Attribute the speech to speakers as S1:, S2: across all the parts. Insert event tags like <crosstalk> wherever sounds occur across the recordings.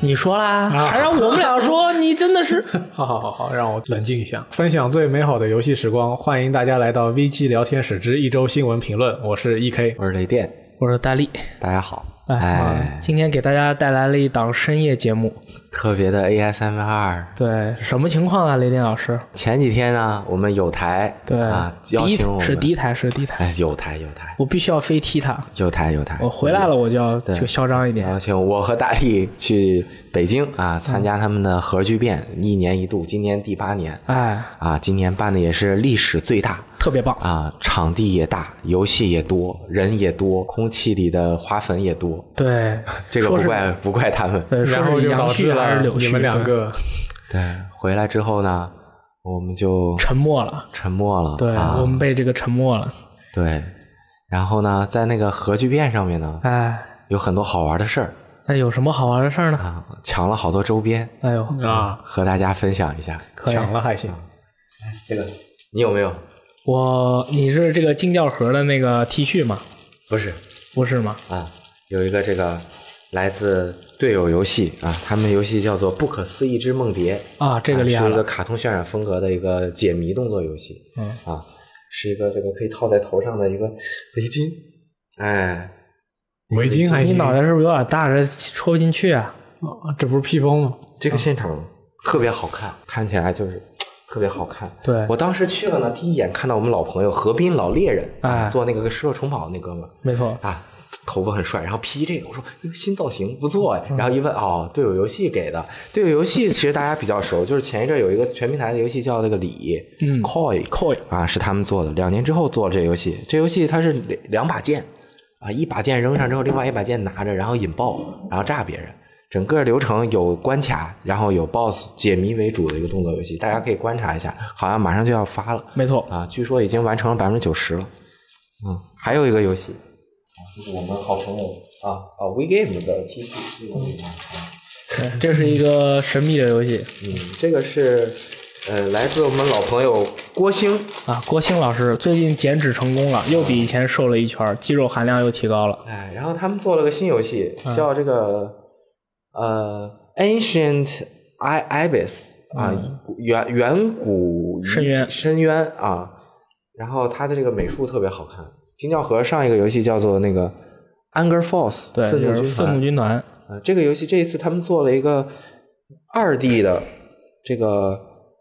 S1: 你说啦，
S2: 啊
S1: 还让我们俩说，你真的是
S2: 好好好好，让我冷静一下，分享最美好的游戏时光，欢迎大家来到 VG 聊天室之一周新闻评论，我是 E EK。
S3: 我是雷电，
S1: 我说大力，
S3: 大家好。
S1: 哎
S3: 哎，
S1: 今天给大家带来了一档深夜节目。
S3: 特别的 AI 三分二。
S1: 对，什么情况啊，雷电老师？
S3: 前几天呢，我们有台
S1: 对，
S3: 啊，
S1: 第
S3: 邀
S1: 一
S3: 请我们
S1: 是第一台，是第一台，
S3: 哎，有台有台
S1: 我必须要飞踢他。
S3: 有台有台，
S1: 我回来了，我就要
S3: 对
S1: 就嚣张一点。
S3: 邀请我和大力去北京啊，参加他们的核聚变，一年一度，今年第八年
S1: 哎，
S3: 啊，今年办的也是历史最大
S1: 特别棒。
S3: 啊，场地也大，游戏也多，人也多，空气里的花粉也多，
S1: 对，
S3: 这个
S1: 说
S3: 不
S1: 是
S3: 怪不怪他们。
S1: 对，说
S2: 然后
S1: 是
S2: 就
S1: 杨
S2: 导致
S1: 旭还
S2: 了
S1: 是柳絮，
S2: 你们两
S1: 对
S2: 个
S3: 对，回来之后呢，我们就
S1: 沉默了。
S3: 沉默了，
S1: 对、
S3: 啊、
S1: 我们被这个沉默了。
S3: 对，然后呢，在那个核聚变上面呢，
S1: 哎，
S3: 有很多好玩的事儿
S1: 那有什么好玩的事儿呢？
S3: 啊，抢了好多周边，
S1: 哎呦，
S2: 啊，
S3: 和大家分享一下。
S1: 可以。
S2: 抢了还行，
S3: 这个你有没有？
S1: 我你是这个金教盒的那个 T 恤吗？
S3: 不是
S1: 不是吗？
S3: 啊，有一个这个来自队友游戏啊，他们游戏叫做《不可思议之梦蝶》，
S1: 啊，这个
S3: 啊
S1: 厉害
S3: 是一个
S1: 了。
S3: 卡通渲染风格的一个解谜动作游戏。
S1: 嗯
S3: 啊，是一个这个可以套在头上的一个围巾，哎，
S2: 围巾还
S1: 你
S2: 行，
S1: 脑袋是不是有点大，这戳不进去啊？
S2: 啊这不是披风吗？
S3: 这个现场嗯特别好看，看起来就是特别好看。
S1: 对
S3: 我当时去了呢，第一眼看到我们老朋友河滨老猎人，啊
S1: 哎
S3: 做那个石头城堡那哥们儿
S1: 没错，
S3: 啊，头发很帅，然后披这个，我说哟新造型不错哎。然后一问哦，队友游戏给的，队友游戏其实大家比较熟，就是前一阵有一个全平台的游戏叫那个李，
S1: 嗯
S3: c o i
S1: Koi
S3: 啊是他们做的，两年之后做这游戏，这游戏它是两两把剑啊，一把剑扔上之后，另外一把剑拿着，然后引爆，然后炸别人。整个流程有关卡，然后有 BOSS 解谜为主的一个动作游戏，大家可以观察一下，好像马上就要发了。
S1: 没错。
S3: 啊，据说已经完成了百分之九十了。嗯，还有一个游戏，啊就是我们好朋友啊啊 WeGame 的 T 恤，
S1: 对这是一个神秘的游戏
S3: 嗯，这个是呃来自我们老朋友郭兴，
S1: 啊。郭兴老师最近减脂成功了，又比以前瘦了一圈，肌肉含量又提高了。
S3: 哎，然后他们做了个新游戏，
S1: 嗯
S3: 叫这个、呃 Ancient I Ibis 啊，远远古
S1: 嗯
S3: 遗迹
S1: 深渊
S3: 深渊啊，然后它的这个美术特别好看。金教盒上一个游戏叫做那个 Anger Force，
S1: 对，
S3: 愤怒
S1: 就
S3: 军
S1: 是
S3: 团
S1: 愤怒军团。
S3: 呃，这个游戏这一次他们做了一个二 D 的这个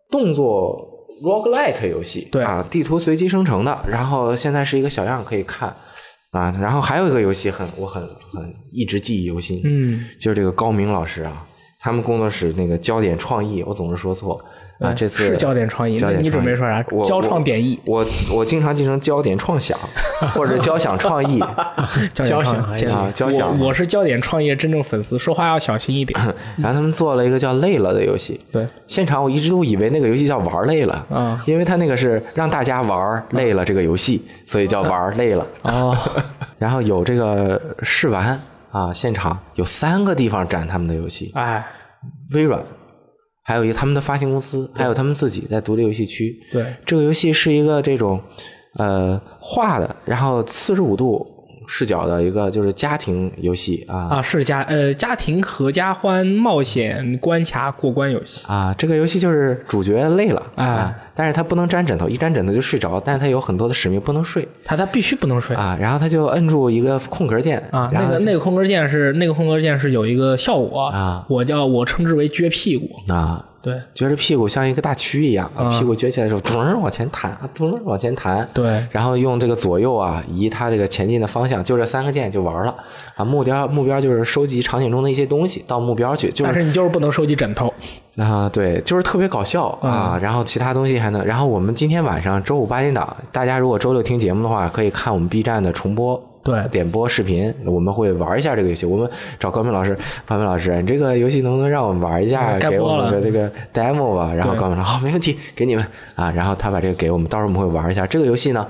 S3: 动作 roguelike 游戏，
S1: 对
S3: 啊，地图随机生成的，然后现在是一个小样可以看啊，然后还有一个游戏很我很很一直记忆犹新，
S1: 嗯，
S3: 就是这个高明老师啊，他们工作室那个焦点创意，我总是说错啊，
S1: 嗯
S3: 这次
S1: 是焦点创意
S3: 焦点
S1: 那你准备
S3: 创意
S1: 说啥
S3: 我
S1: 焦创点意
S3: 我我我经常记成焦点创想或者交响创
S1: <laughs>
S3: 意。
S1: 焦
S2: 交
S1: 点
S2: 响
S1: 创
S2: 还
S1: 业
S2: 行
S3: 啊交响
S1: 我我是焦点创业真正粉丝，说话要小心
S3: <laughs>
S1: 一点。哎
S3: 然后他们做了一个叫累了的游戏，
S1: 对，
S3: 现场我一直都以为那个游戏叫玩累了，
S1: 嗯
S3: 因为他那个是让大家玩累了这个游戏，所以叫玩累了。
S1: 哦，
S3: <laughs> 然后有这个试玩啊，现场有三个地方展他们的游戏，
S1: 哎，
S3: 微软，还有一个他们的发行公司，还有他们自己在独立游戏区。
S1: 对，
S3: 这个游戏是一个这种呃画的，然后四十五度视角的一个就是家庭游戏啊
S1: 啊，是家呃家庭合家欢冒险关卡过关游戏，
S3: 啊，这个游戏就是主角累了
S1: 哎
S3: 啊，但是他不能沾枕头，一沾枕头就睡着，但是他有很多的使命不能睡
S1: 他他必须不能睡
S3: 啊，然后他就摁住一个空格键
S1: 啊，
S3: 然
S1: 那
S3: 后
S1: 个那个空格键是那个空格键是有一个效果
S3: 啊
S1: 我叫我称之为撅屁股，
S3: 啊，
S1: 对
S3: 觉着屁股像一个大蛆一样，
S1: 啊
S3: 屁股撅起来的时候，咚儿往前弹，啊咚儿往前弹，
S1: 对，
S3: 然后用这个左右啊移它这个前进的方向，就这三个键就玩了啊，目标目标就是收集场景中的一些东西到目标去，就
S1: 但
S3: 是
S1: 是你就是不能收集枕头，
S3: 啊，对，就是特别搞笑
S1: 嗯
S3: 啊。然后其他东西还能，然后我们今天晚上周五八点档，大家如果周六听节目的话，可以看我们 B 站的重播。
S1: 对啊
S3: 点播视频，我们会玩一下这个游戏。我们找高明老师，高明老师，你这个游戏能不能让我们玩一下
S1: 嗯？该
S3: 给
S1: 播
S3: 我们
S1: 了
S3: 个这个 demo 吧。然后
S1: 对
S3: 高明老师，好、没问题，给你们啊。然后他把这个给我们，到时候我们会玩一下这个游戏呢。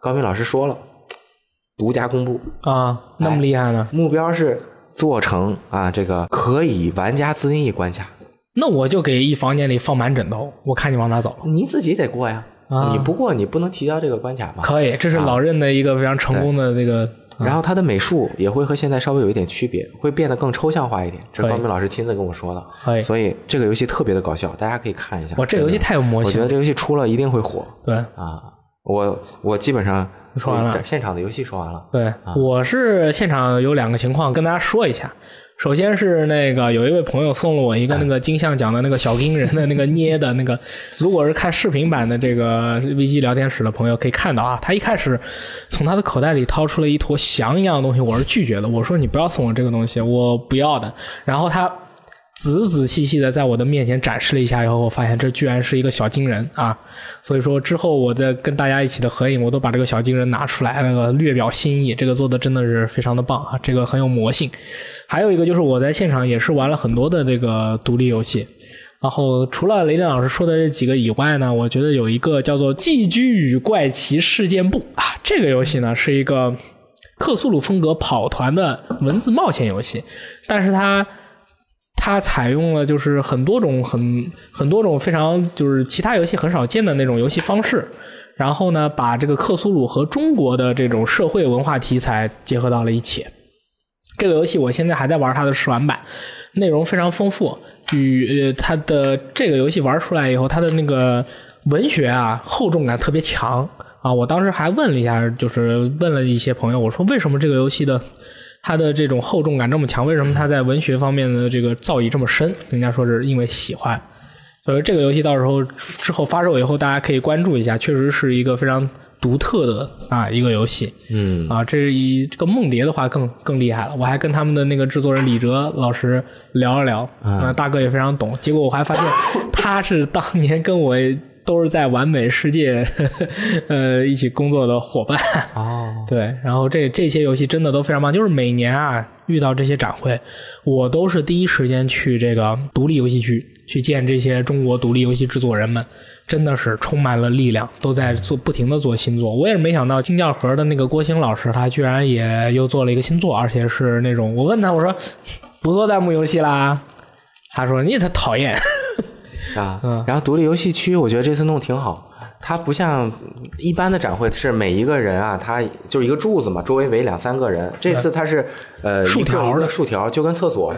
S3: 高明老师说了，独家公布，哎
S1: 啊，那么厉害呢？
S3: 目标是做成啊这个可以玩家自定义关卡。
S1: 那我就给一房间里放满枕头，我看你往哪走。
S3: 你自己得过呀，
S1: 啊
S3: 你不过你不能提交这个关卡嘛。
S1: 可以，这是老任的一个非常成功的这个
S3: 啊
S1: 啊
S3: 然后它的美术也会和现在稍微有一点区别，会变得更抽象化一点。这
S1: 可
S3: 是
S1: 以
S3: 高明老师亲自跟我说的，
S1: 可以。
S3: 所以这个游戏特别的搞笑，大家可以看一下。
S1: 我这个游戏太有魔
S3: 我觉
S1: 性
S3: 得
S1: 了，
S3: 这游戏出了一定会火
S1: 对
S3: 啊！我我基本上
S1: 说完了
S3: 现场的游戏说完了，
S1: 对，我是现场有两个情况跟大家说一下。首先是那个有一位朋友送了我一个那个金像奖的那个小金人的那个捏的那个，如果是看视频版的这个 VG 聊天室的朋友可以看到啊，他一开始从他的口袋里掏出了一坨翔一样的东西，我是拒绝的，我说你不要送我这个东西，我不要的。然后他仔仔细细的在我的面前展示了一下以后，我发现这居然是一个小金人啊！所以说之后我在跟大家一起的合影，我都把这个小金人拿出来，那个略表新意，这个做的真的是非常的棒啊！这个很有魔性。还有一个就是我在现场也是玩了很多的这个独立游戏。然后除了雷电老师说的这几个以外呢，我觉得有一个叫做《寄居与怪奇事件簿》啊，这个游戏呢是一个克苏鲁风格跑团的文字冒险游戏，但是它它采用了就是很多种很很多种非常就是其他游戏很少见的那种游戏方式，然后呢，把这个克苏鲁和中国的这种社会文化题材结合到了一起。这个游戏我现在还在玩它的试玩版，内容非常丰富，与呃它的这个游戏玩出来以后，它的那个文学啊厚重感特别强啊。我当时还问了一下，就是问了一些朋友，我说为什么这个游戏的它的这种厚重感这么强，为什么它在文学方面的这个造诣这么深？人家说是因为喜欢。所以这个游戏到时候之后发售以后，大家可以关注一下，确实是一个非常独特的啊一个游戏。
S3: 嗯，
S1: 啊，这是一这个梦蝶的话更更厉害了。我还跟他们的那个制作人李哲老师聊了聊，啊，大哥也非常懂。结果我还发现 <laughs> 他是当年跟我都是在完美世界 <laughs> 呃一起工作的伙伴。
S3: 哦，
S1: 对，然后这这些游戏真的都非常棒，就是每年啊遇到这些展会，我都是第一时间去这个独立游戏区去见这些中国独立游戏制作人们，真的是充满了力量，都在做不停的做新作。我也是没想到金教盒的那个郭兴老师，他居然也又做了一个新作，而且是那种我问他我说不做弹幕游戏啦，他说你他讨厌，
S3: 啊，
S1: 嗯
S3: 然后独立游戏区，我觉得这次弄挺好。它不像一般的展会是每一个人啊，他就是一个柱子嘛，周围围两三个人。这次它是呃
S1: 竖条的
S3: 的竖条，就跟厕
S1: <laughs>
S3: 所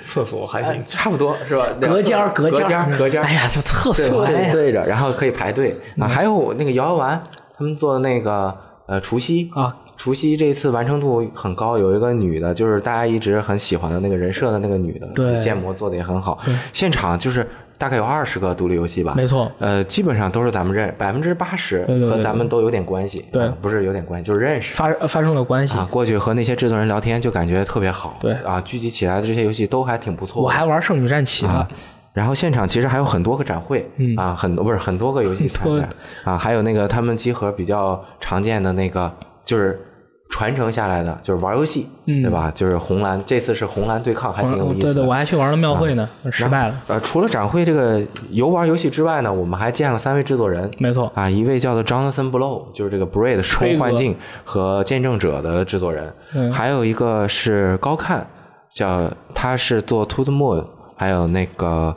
S2: 厕所还
S1: 哎
S2: 行，
S3: 差不多是吧？
S1: 隔间儿
S3: 啊隔
S1: 间
S3: 间儿
S1: 儿
S3: 隔间儿
S1: 哎呀，就厕
S3: 对
S1: 所哎嗯
S3: 对
S1: 呀
S3: 对着，然后可以排队啊。还有那个摇摇丸，他们做的那个呃除夕
S1: 啊，
S3: 除夕这次完成度很高，有一个女的，就是大家一直很喜欢的那个人设的那个女的，
S1: 对
S3: 建模做的也很好。现场就是大概有二十个独立游戏吧，
S1: 没错，
S3: 呃，基本上都是咱们认百分之八十
S1: 对对
S3: 和
S1: 对
S3: 咱们都有点关系，
S1: 对
S3: 啊不是有点关系，就是认识。
S1: 发发生了关系。
S3: 啊，过去和那些制作人聊天就感觉特别好，
S1: 对
S3: 啊，聚集起来的这些游戏都还挺不错的。
S1: 我还玩圣女战旗呢，
S3: 啊。然后现场其实还有很多个展会，
S1: 嗯
S3: 啊，很多不是很多个游戏
S1: <laughs>
S3: 参
S1: 多
S3: 展啊，还有那个他们集合比较常见的那个就是传承下来的，就是玩游戏，
S1: 嗯
S3: 对吧？就是红蓝，这次是红蓝对抗，还挺有
S1: 我
S3: 意思
S1: 哦对
S3: 的。
S1: 对，我还去玩了庙会呢，失败了。
S3: 呃，除了展会这个游玩游戏之外呢，我们还见了三位制作人，
S1: 没错，
S3: 啊，一位叫做 Jonathan Blow，就是这个 Braid 的《
S1: 吹
S3: 重
S1: 哥
S3: 幻境》和《见证者》的制作人，
S1: 嗯
S3: 还有一个是高看，叫他是做《To the Moon》，还有那个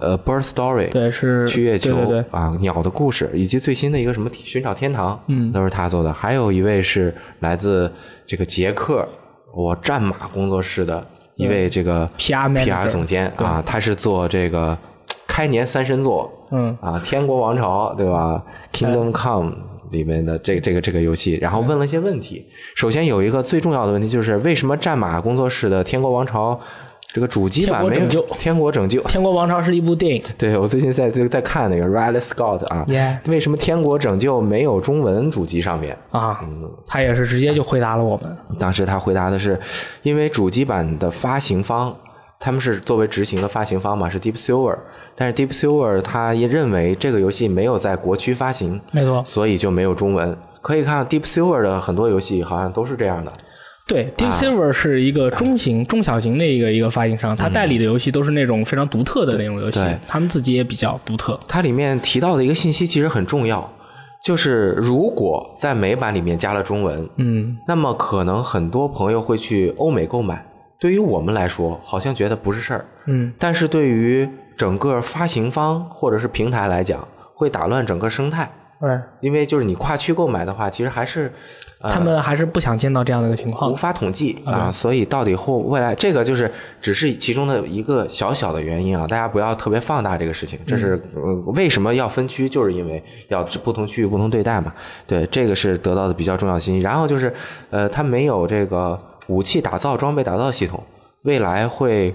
S3: 呃《Bird Story》
S1: 对，是
S3: 去月球
S1: 对对对，
S3: 啊，鸟的故事，以及最新的一个什么《寻找天堂》，
S1: 嗯
S3: 都是他做的。还有一位是来自这个捷克，我战马工作室的一位这个
S1: PR manager
S3: PR 总监啊，他是做这个开年三神作，
S1: 嗯，
S3: 啊，《天国王朝》对吧，《Kingdom Come》里面的这这个这个游戏，然后问了一些问题。首先有一个最重要的问题就是，为什么战马工作室的《天国王朝》这个主机
S1: 天
S3: 版
S1: 国
S3: 没有
S1: 拯救
S3: 《天国拯救》
S1: 《天国王朝》是一部电影，
S3: 对我最近在在在看那个 Riley Scott 啊
S1: Yeah
S3: 为什么《天国拯救》没有中文主机上面？
S1: 啊，
S3: 嗯
S1: 他也是直接就回答了我们，
S3: 当时他回答的是，因为主机版的发行方，他们是作为执行的发行方嘛，是 Deep Silver，但是 Deep Silver 他也认为这个游戏没有在国区发行，
S1: 没错，
S3: 所以就没有中文。可以看到 Deep Silver 的很多游戏好像都是这样的，
S1: 对，Deep
S3: 啊
S1: Silver 是一个中型、中小型的一个一个发行商，他代理的游戏都是那种非常独特的那种游戏
S3: 嗯对，
S1: 他们自己也比较独特。
S3: 它里面提到的一个信息其实很重要，就是如果在美版里面加了中文，
S1: 嗯，
S3: 那么可能很多朋友会去欧美购买。对于我们来说，好像觉得不是事儿，
S1: 嗯，
S3: 但是对于整个发行方或者是平台来讲，会打乱整个生态。
S1: 对，
S3: 因为就是你跨区购买的话，其实还是、呃、
S1: 他们还是不想见到这样的一个情况
S3: 无。法统计啊，所以到底后未来这个就是只是其中的一个小小的原因啊，大家不要特别放大这个事情。这是、呃、为什么要分区，就是因为要不同区域不同对待嘛。对，这个是得到的比较重要的信息。然后就是呃，它没有这个武器打造、装备打造系统，未来会。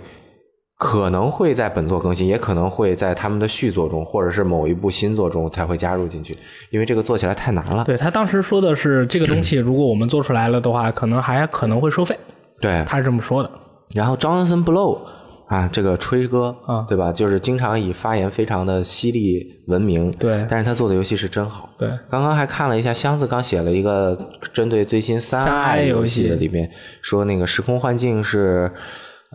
S3: 可能会在本作更新，也可能会在他们的续作中，或者是某一部新作中才会加入进去，因为这个做起来太难了。
S1: 对他当时说的是，这个东西如果我们做出来了的话，可能还可能会收费，
S3: 对，
S1: 他是这么说的。
S3: 然后 Jonathan Blow 啊，这个吹哥，
S1: 啊
S3: 对吧？就是经常以发言非常的犀利闻名，
S1: 对
S3: 但是他做的游戏是真好。
S1: 对，
S3: 刚刚还看了一下，箱子刚写了一个针对最新三
S1: 三
S3: I
S1: I
S3: 游
S1: 游
S3: 戏
S1: 戏
S3: 的里面说那个时空幻境是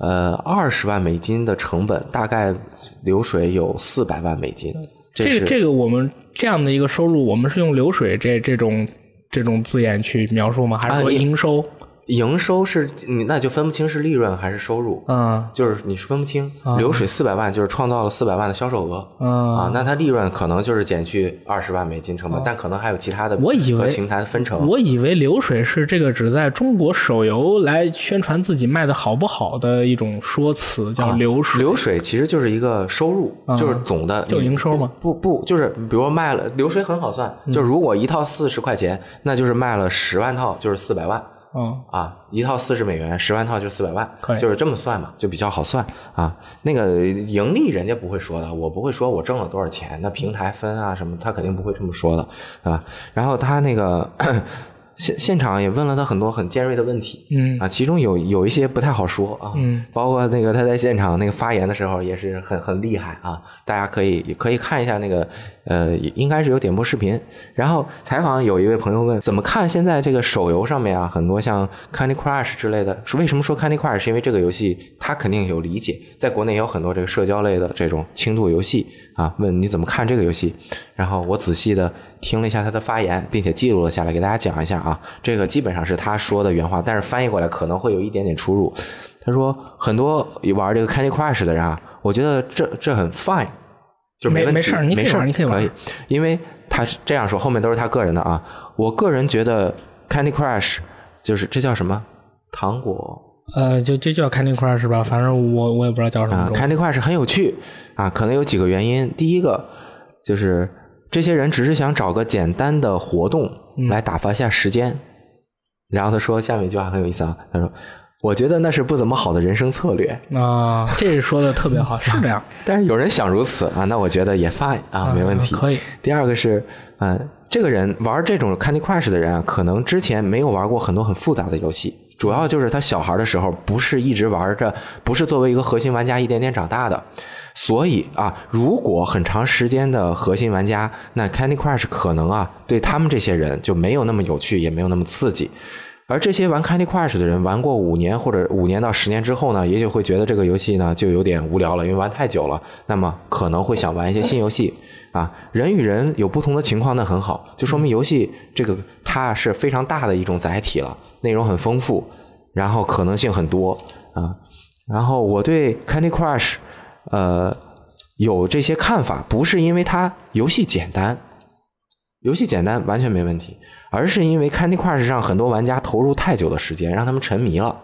S3: 呃二十万美金的成本，大概流水有四百万美金。这
S1: 这
S3: 是
S1: 个这个我们这样的一个收入，我们是用流水这这种这种字眼去描述吗？还是
S3: 啊
S1: 说
S3: 也
S1: 营收？
S3: 营收是，你那就分不清是利润还是收入，
S1: 嗯
S3: 就是你是分不清。
S1: 啊
S3: 流水四百万就是创造了四百万的销售额。
S1: 嗯，
S3: 啊，那它利润可能就是减去二十万美金成本，但可能还有其他的
S1: 哦我以为
S3: 和平台的分成。
S1: 我以为流水是这个只在中国手游来宣传自己卖的好不好的一种说辞，叫流水。
S3: 啊流水其实就是一个收入，就是总的
S1: 嗯就营收嘛。嗯
S3: 不不，就是比如卖了流水很好算，就如果一套四十块钱，那就是卖了十万套，就是四百万。
S1: 嗯，
S3: 啊，一套四十美元，十万套就四百万
S1: 可，以
S3: 就是这么算嘛，就比较好算啊。那个盈利人家不会说的，我不会说我挣了多少钱，那平台分啊什么，他肯定不会这么说的，对吧？然后他那个现现场也问了他很多很尖锐的问题，
S1: 嗯
S3: 啊，其中有有一些不太好说啊，
S1: 嗯，
S3: 包括那个他在现场那个发言的时候也是很很厉害啊，大家可以可以看一下那个呃，应该是有点播视频。然后采访有一位朋友问，怎么看现在这个手游上面啊，很多像 Candy Crush 之类的，是为什么说 Candy Crush？是因为这个游戏它肯定有理解，在国内也有很多这个社交类的这种轻度游戏啊，问你怎么看这个游戏。然后我仔细的听了一下他的发言，并且记录了下来，给大家讲一下啊，这个基本上是他说的原话，但是翻译过来可能会有一点点出入。他说很多玩这个 Candy Crush 的人啊，我觉得这这很 fine，就
S1: 没
S3: 问题，
S1: 没事儿你可以
S3: 没事儿
S1: 玩你可以玩
S3: 因为他是这样说，后面都是他个人的啊。我个人觉得 Candy Crush 就是这叫什么糖果
S1: 呃，就就叫 Candy Crush 吧，反正我我也不知道叫什么
S3: 啊
S1: 中文。
S3: ，Candy Crush 很有趣啊，可能有几个原因。第一个就是这些人只是想找个简单的活动来
S1: 嗯
S3: 打发一下时间。然后他说下面一句话很有意思啊，他说：“我觉得那是不怎么好的人生策略。”
S1: 啊、这说的特别好，是这样，嗯
S3: 但是有人想如此啊，那我觉得也 fine 啊，没问题。
S1: 可以。
S3: 第二个是，嗯、这个人玩这种 Candy Crush 的人啊，可能之前没有玩过很多很复杂的游戏，主要就是他小孩的时候不是一直玩着，不是作为一个核心玩家一点点长大的。所以啊，如果很长时间的核心玩家，那 Candy Crush 可能啊，对他们这些人就没有那么有趣，也没有那么刺激。而这些玩 Candy Crush 的人，玩过五年或者五年到十年之后呢，也许会觉得这个游戏呢就有点无聊了，因为玩太久了。那么可能会想玩一些新游戏啊。人与人有不同的情况，那很好，就说明游戏这个它是非常大的一种载体了，内容很丰富，然后可能性很多啊。然后我对 Candy Crush，呃，有这些看法，不是因为它游戏简单，游戏简单完全没问题，而是因为 Candy Crush 上很多玩家投入太久的时间，让他们沉迷了。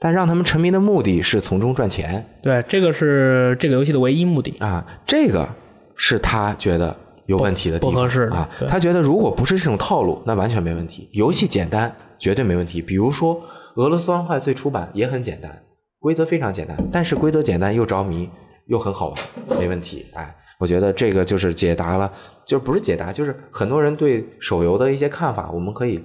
S3: 但让他们沉迷的目的是从中赚钱
S1: 对，这个是这个游戏的唯一目的。
S3: 啊，这个是他觉得有问题的地方
S1: 不合适的
S3: 啊。
S1: 对
S3: 他觉得如果不是这种套路，那完全没问题。游戏简单绝对没问题。比如说俄罗斯方块最初版也很简单，规则非常简单，但是规则简单又着迷又很好玩，没问题。哎，我觉得这个就是解答了，就不是解答，就是很多人对手游的一些看法，我们可以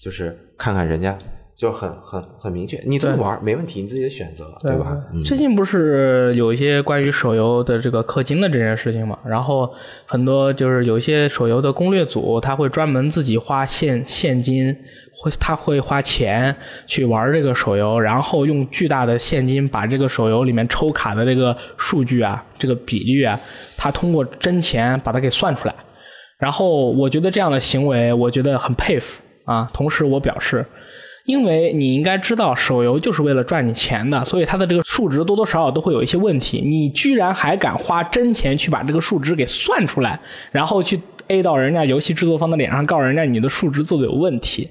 S3: 就是看看人家。就很很很明确，你怎么玩没问题，你自己的选择，对吧？嗯
S1: 最近不是有一些关于手游的这个氪金的这件事情嘛？然后很多就是有一些手游的攻略组，他会专门自己花现现金，会他会花钱去玩这个手游，然后用巨大的现金把这个手游里面抽卡的这个数据啊、这个比率啊，他通过真钱把它给算出来。然后我觉得这样的行为，我觉得很佩服啊。同时，我表示，因为你应该知道，手游就是为了赚你钱的，所以它的这个数值多多少少都会有一些问题。你居然还敢花真钱去把这个数值给算出来，然后去。 A 到人家游戏制作方的脸上，告诉人家你的数值做的有问题。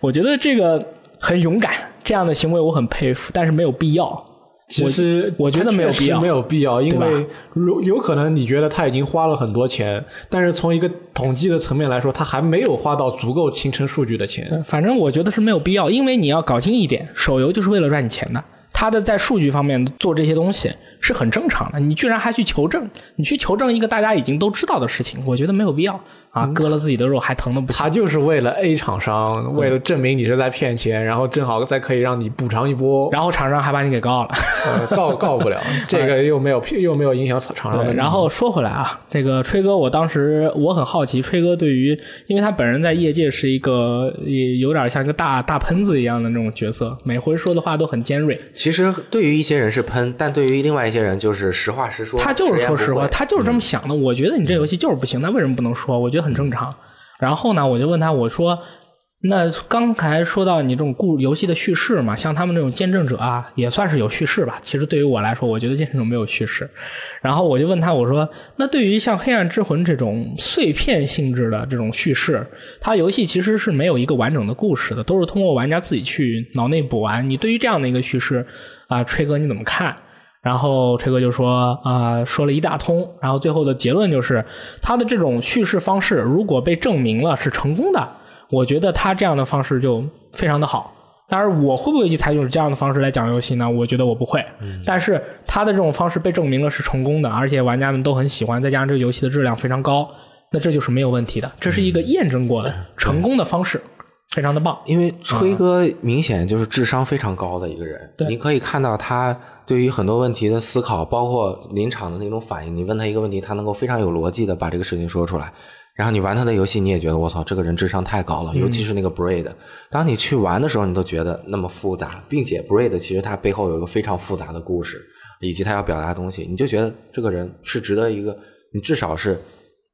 S1: 我觉得这个很勇敢，这样的行为我很佩服，但是没有必要。
S2: 其实
S1: 我觉得没有必要
S2: 它确实没有必要，因
S1: 对
S2: 为如有可能你觉得他已经花了很多钱，但是从一个统计的层面来说，他还没有花到足够形成数据的钱。
S1: 反正我觉得是没有必要，因为你要搞清一点，手游就是为了赚你钱的。它的在数据方面做这些东西是很正常的，你居然还去求证，你去求证一个大家已经都知道的事情，我觉得没有必要啊，割了自己的肉还疼的不行。
S2: 他就是为了 A 厂商，为了证明你是在骗钱，然后正好再可以让你补偿一波，
S1: 然后厂商还把你给告了。
S2: 呃告告不了，这个又没有又没有影响厂商
S1: 对，
S2: 的。
S1: 然后说回来啊，这个吹哥，我当时我很好奇，吹哥对于，因为他本人在业界是一个也有点像一个大大喷子一样的那种角色，每回说的话都很尖锐。
S3: 其实对于一些人是喷，但对于另外一些人就是实话实说。
S1: 他就是说实话，
S3: 言不讳嗯
S1: 他就是这么想的。我觉得你这游戏就是不行，那为什么不能说？我觉得很正常。然后呢，我就问他，我说。那刚才说到你这种故游戏的叙事嘛，像他们这种见证者啊，也算是有叙事吧。其实对于我来说，我觉得见证者没有叙事。然后我就问他，我说：“那对于像《黑暗之魂》这种碎片性质的这种叙事，它游戏其实是没有一个完整的故事的，都是通过玩家自己去脑内补完。你对于这样的一个叙事，啊、吹哥你怎么看？”然后吹哥就说啊、说了一大通，然后最后的结论就是，他的这种叙事方式如果被证明了是成功的，我觉得他这样的方式就非常的好。当然，我会不会去采取这样的方式来讲游戏呢？我觉得我不会。但是他的这种方式被证明了是成功的，而且玩家们都很喜欢，再加上这个游戏的质量非常高，那这就是没有问题的。这是一个验证过的成功的方式，非常的棒。
S3: 因为吹哥明显就是智商非常高的一个人，
S1: 对
S3: 你可以看到他对于很多问题的思考，包括临场的那种反应。你问他一个问题，他能够非常有逻辑的把这个事情说出来。然后你玩他的游戏，你也觉得我操，这个人智商太高了，尤其是那个 Braid、当你去玩的时候，你都觉得那么复杂，并且 Braid 其实它背后有一个非常复杂的故事，以及他要表达的东西，你就觉得这个人是值得一个，你至少是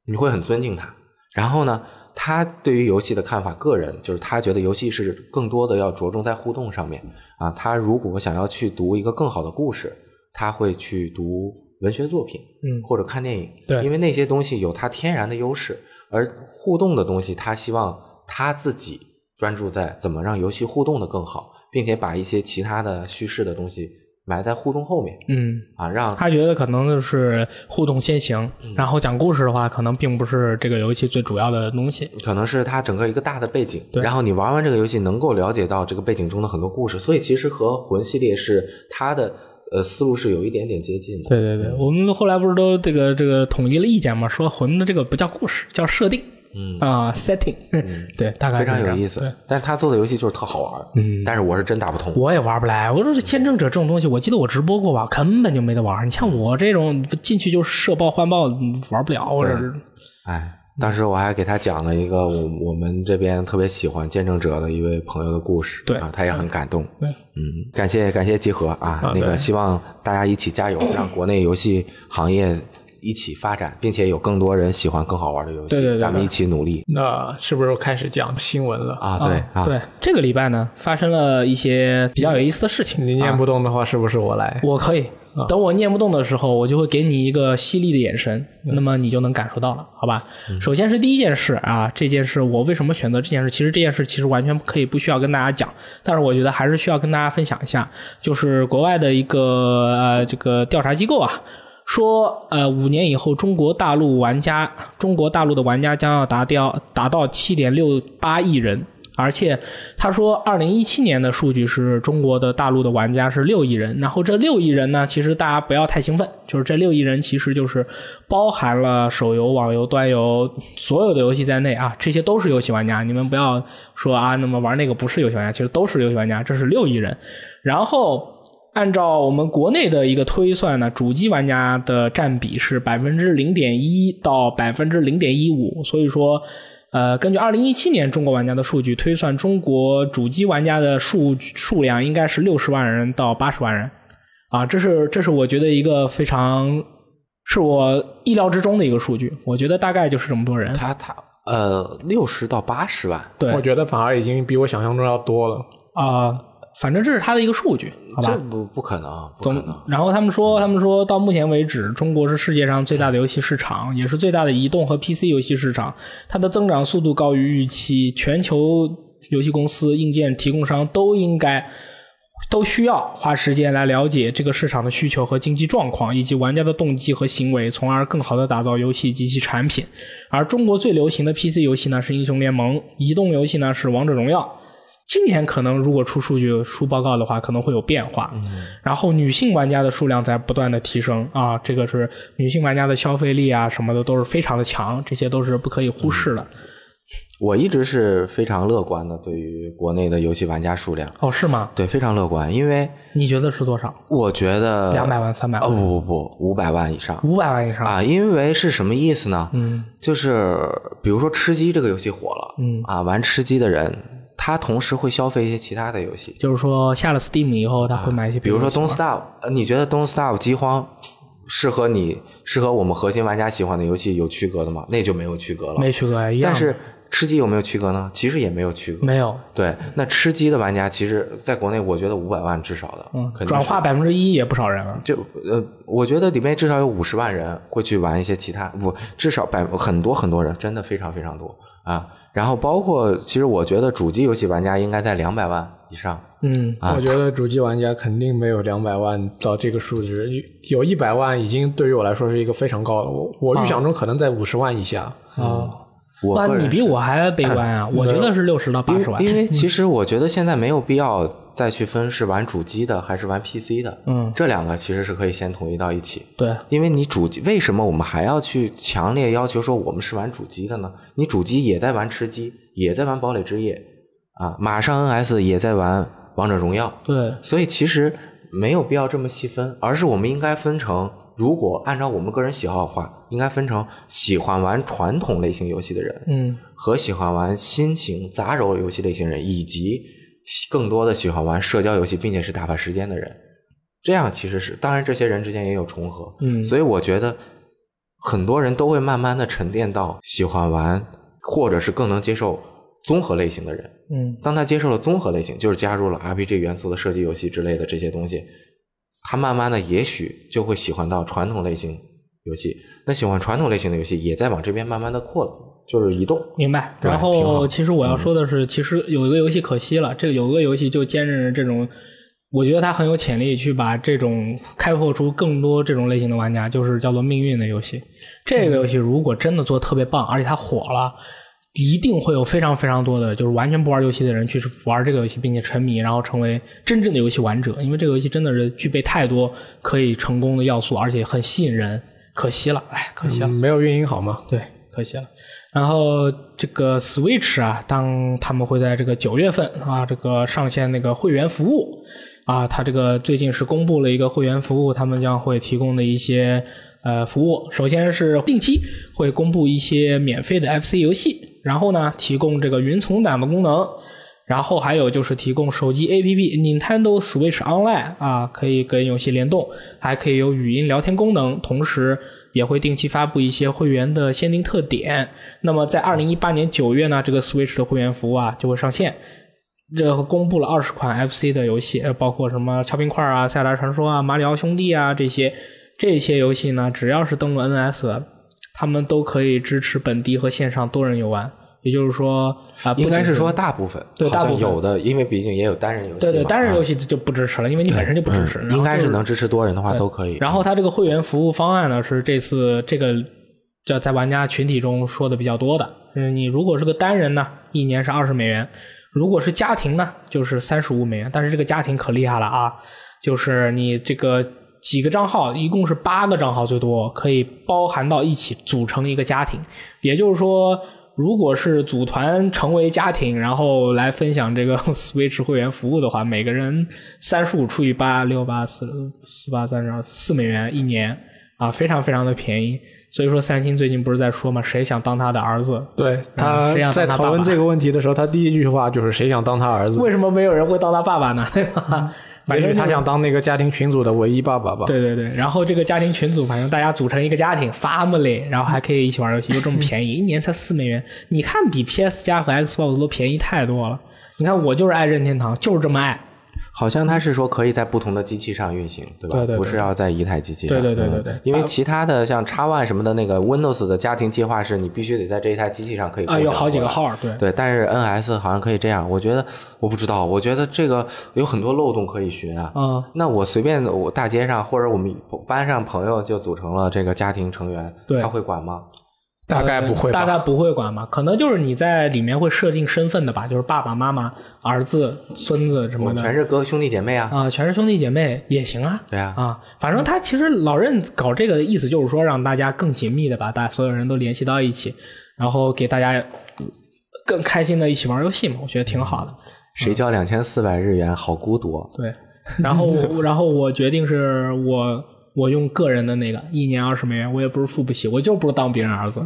S3: 你会很尊敬他。然后呢，他对于游戏的看法，个人就是他觉得游戏是更多的要着重在互动上面啊。他如果想要去读一个更好的故事，他会去读文学作品，
S1: 嗯
S3: 或者看电影，
S1: 对
S3: 因为那些东西有它天然的优势，而互动的东西，他希望他自己专注在怎么让游戏互动的更好，并且把一些其他的叙事的东西埋在互动后面
S1: 嗯，
S3: 啊，让
S1: 他觉得可能就是互动先行，
S3: 嗯
S1: 然后讲故事的话，可能并不是这个游戏最主要的东西。
S3: 可能是它整个一个大的背景，
S1: 对
S3: 然后你玩完这个游戏能够了解到这个背景中的很多故事，所以其实和魂系列是它的呃思路是有一点点接近的。
S1: 对对对，我们后来不是都这个这个统一了意见嘛，说魂的这个不叫故事，叫设定，嗯啊、s e t t i n g <laughs> 对，大概是
S3: 嗯非常
S1: 这
S3: 有
S1: 样
S3: 意
S1: 对
S3: 思，但是他做的游戏就是特好玩，
S1: 嗯
S3: 但是我是真打不通，
S1: 我也玩不来，我说这见证者这种东西，我记得我直播过吧，根本就没得玩。你像我这种进去就是射爆换爆，嗯玩不了。我这是嗯
S3: 哎，当时我还给他讲了一个我我们这边特别喜欢见证者的一位朋友的故事，
S1: 对
S3: 啊，他也很感动，
S1: 对
S3: 嗯，感谢感谢集合啊，那个
S1: 对
S3: 希望大家一起加
S1: <clears throat>
S3: 油，让国内游戏行业一起发展，并且有更多人喜欢更好玩的游戏，
S1: 对对对
S3: 咱们
S1: 对
S3: 一起努力
S2: 那是不是开始讲新闻了？
S3: 啊，对啊，
S1: 嗯对，这个礼拜呢发生了一些比较有意思的事情，
S2: 你念不动的话，是不是我来？
S1: 我可以。等我念不动的时候，我就会给你一个犀利的眼神，那么你就能感受到了，好吧？首先是第一件事啊，这件事我为什么选择这件事？其实这件事其实完全可以不需要跟大家讲，但是我觉得还是需要跟大家分享一下，就是国外的一个呃这个调查机构啊，说呃五年以后中国大陆玩家，中国大陆的玩家将要达掉达到七点六八亿人。而且他说，二零一七年的数据是中国的大陆的玩家是六亿人，然后这六亿人呢，其实大家不要太兴奋，就是这六亿人其实就是包含了手游、网游、端游所有的游戏在内啊，这些都是游戏玩家，你们不要说啊，那么玩那个不是游戏玩家，其实都是游戏玩家，这是六亿人，然后。按照我们国内的一个推算呢，主机玩家的占比是百分之零点一到百分之零点一五，所以说，呃，根据二零一七年中国玩家的数据推算，中国主机玩家的数数量应该是六十万人到八十万人，啊，这是这是我觉得一个非常是我意料之中的一个数据，我觉得大概就是这么多人，
S3: 他他呃六十到八十万，
S1: 对
S2: 我觉得反而已经比我想象中要多了。
S1: 啊、反正这是他的一个数据，好
S3: 这
S1: 吧？
S3: 不不可能，嗯不可
S1: 总
S3: 能。
S1: 然后他们说，他们说到目前为止，中国是世界上最大的游戏市场，也是最大的移动和 PC 游戏市场，它的增长速度高于预期，全球游戏公司、硬件提供商都应该。都需要花时间来了解这个市场的需求和经济状况，以及玩家的动机和行为，从而更好的打造游戏及其产品。而中国最流行的 PC 游戏呢是英雄联盟，移动游戏呢是王者荣耀。今年可能如果出数据、出报告的话，可能会有变化。然后女性玩家的数量在不断的提升啊，这个是女性玩家的消费力啊什么的都是非常的强，这些都是不可以忽视的。
S3: 嗯我一直是非常乐观的，对于国内的游戏玩家数量，
S1: 哦，是吗？
S3: 对，非常乐观，因为
S1: 你觉得是多少？
S3: 我觉得
S1: 两百万、三百
S3: 哦
S1: 万、
S3: 不不
S1: 嗯
S3: 不，五百万以上
S1: 五百万以上？
S3: 啊，因为是什么意思呢？
S1: 嗯，
S3: 就是比如说吃鸡这个游戏火了，
S1: 嗯
S3: 啊，玩吃鸡的人，他同时会消费一些其他的游戏，
S1: 就是说下了 Steam 以后，他会买一些，
S3: 啊比如说 Don't
S1: 东西。
S3: Starve，呃你觉得 Don't Starve 饥荒适合你适合我们核心玩家喜欢的游戏有区隔的吗？那就没有区隔了。
S1: 没去啊过，一样
S3: 但是吃鸡有没有区隔呢？其实也没有区隔。
S1: 没有，
S3: 对，那吃鸡的玩家其实在国内，我觉得五百万至少的，
S1: 嗯
S3: 肯定，是
S1: 转化百分之一也不少人啊。
S3: 就呃，我觉得里面至少有五十万人会去玩一些其他，不，至少百很多很多人，真的非常非常多啊。然后包括，其实我觉得主机游戏玩家应该在两百万以上，
S1: 嗯，
S3: 啊
S2: 我觉得主机玩家肯定没有两百万到这个数值，有一百万已经对于我来说是一个非常高的，我我预想中可能在五十万以下。
S1: 哦，
S3: 啊我
S1: 哇，
S3: 个人嗯
S1: 你比我还悲观啊！我觉得是六十到八十万
S3: 因。为其实我觉得现在没有必要再去分是玩主机的还是玩 PC 的，
S1: 嗯，
S3: 这两个其实是可以先统一到一起。
S1: 对，
S3: 因为你主机为什么我们还要去强烈要求说我们是玩主机的呢？你主机也在玩吃鸡，也在玩堡垒之夜啊，马上 NS 也在玩王者荣耀，
S1: 对，
S3: 所以其实没有必要这么细分，而是我们应该分成，如果按照我们个人喜好的话，应该分成喜欢玩传统类型游戏的人，
S1: 嗯，
S3: 和喜欢玩新型杂糅游戏类型人，以及更多的喜欢玩社交游戏并且是打发时间的人，这样其实是当然，这些人之间也有重合，
S1: 嗯
S3: 所以我觉得很多人都会慢慢的沉淀到喜欢玩或者是更能接受综合类型的人。
S1: 嗯，
S3: 当他接受了综合类型，就是加入了 RPG 元素的射击游戏之类的这些东西，他慢慢的也许就会喜欢到传统类型游戏。那喜欢传统类型的游戏，也在往这边慢慢的扩，就是移动。
S1: 明白。
S3: 对
S1: 然
S3: 挺好嗯
S1: 后其实我要说的是，其实有一个游戏可惜了，这个有一个游戏就兼任着这种，我觉得它很有潜力去把这种开拓出更多这种类型的玩家，就是叫做命运的游戏。这个游戏如果真的做得特别棒，而且它火了。一定会有非常非常多的，就是完全不玩游戏的人去玩这个游戏，并且沉迷，然后成为真正的游戏玩者。因为这个游戏真的是具备太多可以成功的要素，而且很吸引人。可惜了，哎，可惜了。
S2: 嗯，没有运营好吗？
S1: 对，可惜了。然后这个 Switch 啊，当他们会在这个九月份啊，这个上线那个会员服务啊，它这个最近是公布了一个会员服务，他们将会提供的一些呃服务。首先是定期会公布一些免费的 FC 游戏，然后呢，提供这个云存档的功能。然后还有就是提供手机 APP Nintendo Switch Online 啊，可以跟游戏联动，还可以有语音聊天功能，同时也会定期发布一些会员的限定特点。那么在二零一八年九月呢，这个 Switch 的会员服务啊就会上线。这公布了二十款 FC 的游戏，呃包括什么《敲冰块》啊、《塞尔达传说》啊、《马里奥兄弟啊》这些。这些游戏呢，只要是登录 NS，他们都可以支持本地和线上多人游玩。也就是说，啊、不
S3: 应该
S1: 仅
S3: 是说大部分，
S1: 对
S3: 好像
S1: 大部分
S3: 有的，因为毕竟也有单人游戏嘛，
S1: 对对，单人游
S3: 戏
S1: 戏就不支持了，因为你本身就不支持。然后
S3: 啊嗯应该
S1: 就是
S3: 能支持多人的话都可以。
S1: 然后它这个会员服务方案呢，是这次这个这在玩家群体中说的比较多的。嗯，你如果是个单人呢，一年是二十美元；如果是家庭呢，就是三十五美元。但是这个家庭可厉害了啊，就是你这个几个账号，一共是八个账号，最多可以包含到一起组成一个家庭。也就是说，如果是组团成为家庭，然后来分享这个 <laughs> Switch 会员服务的话，每个人三十五除以八，六八四四八三十二四美元一年啊，非常非常的便宜。所以说，三星最近不是在说嘛，谁想当他的儿子？
S2: 对
S1: 嗯
S2: 他
S1: 谁想
S2: 在
S1: 当他
S2: 讨
S1: 爸
S2: 论
S1: 爸
S2: 这个问题的时候，他第一句话就是谁想当他儿子？
S1: 为什么没有人会当他爸爸呢？对吧？
S2: 也许他
S1: 想。
S2: 想当那个家庭群组的唯一爸爸吧。
S1: 对对对，然后这个家庭群组，反正大家组成一个家庭 family，然后还可以一起玩游戏，又这么便宜，一年才四美元，你看比 PS 加和 Xbox 都便宜太多了。你看我就是爱任天堂，就是这么爱。
S3: 好像它是说可以在不同的机器上运行，对吧？
S1: 对对对
S3: 不是要在一台机器上。
S1: 对对对对对啊
S3: 嗯因为其他的像 X One 什么的那个 Windows 的家庭计划是你必须得在这一台机器上可以
S1: 啊，
S3: 共
S1: 有
S3: 享
S1: 好几
S3: 过
S1: 个
S3: 来
S1: 号儿，对，
S3: 对，但是 NS 好像可以这样，我觉得我不知道，我觉得这个有很多漏洞可以寻啊。
S1: 嗯，
S3: 那我随便我大街上或者我们班上朋友就组成了这个家庭成员，
S1: 对
S3: 他会管吗？
S2: 大概不会
S1: 大
S2: 吧？
S1: 概不会管吧？可能就是你在里面会设定身份的吧，就是爸爸妈妈、儿子、孙子什
S3: 我
S1: 么
S3: 们
S1: 的
S3: 哦全是哥兄弟姐妹啊。
S1: 啊、全是兄弟姐妹也行啊。
S3: 对啊，
S1: 啊，反正他其实老任搞这个的意思就是说，让大家更紧密的把大所有人都联系到一起，然后给大家更开心的一起玩游戏嘛，我觉得挺好的。
S3: 谁交两千四百日元，好孤独。
S1: 对，然后 <laughs> 我然后我决定是我我用个人的那个一年二十美元，我也不是付不起，我就不是当别人儿子。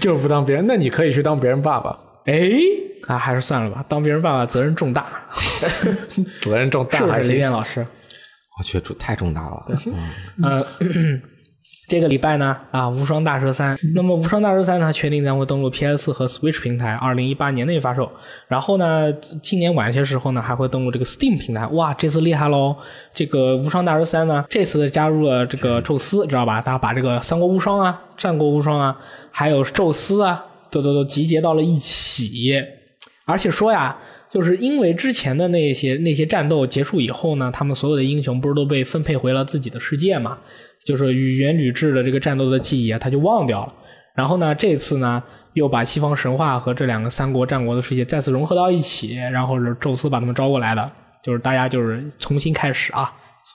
S2: 就是不当别人，那你可以去当别人爸爸，
S1: 哎，啊，还是算了吧，当别人爸爸责任重大，
S2: 责任重
S1: 是
S2: 大
S1: 不
S2: 还
S1: 是李
S2: 行。
S1: 健老师？
S3: 我去，这太重大了。嗯
S1: 呃， <clears throat> 这个礼拜呢，啊，《无双大蛇三》，那么《无双大蛇三》呢，确定将会登陆 PS 和 Switch 平台，二零一八年内发售。然后呢，今年晚些时候呢，还会登陆这个 Steam 平台。哇，这次厉害喽！这个《无双大蛇三》呢，这次加入了这个宙斯，知道吧？他把这个三国无双啊、战国无双啊，还有宙斯啊，都都都集结到了一起。而且说呀，就是因为之前的那些那些战斗结束以后呢，他们所有的英雄不是都被分配回了自己的世界嘛？就是与元吕雉的这个战斗的记忆啊，他就忘掉了。然后呢，这次呢，又把西方神话和这两个三国战国的世界再次融合到一起，然后是宙斯把他们招过来的，就是大家就是重新开始啊，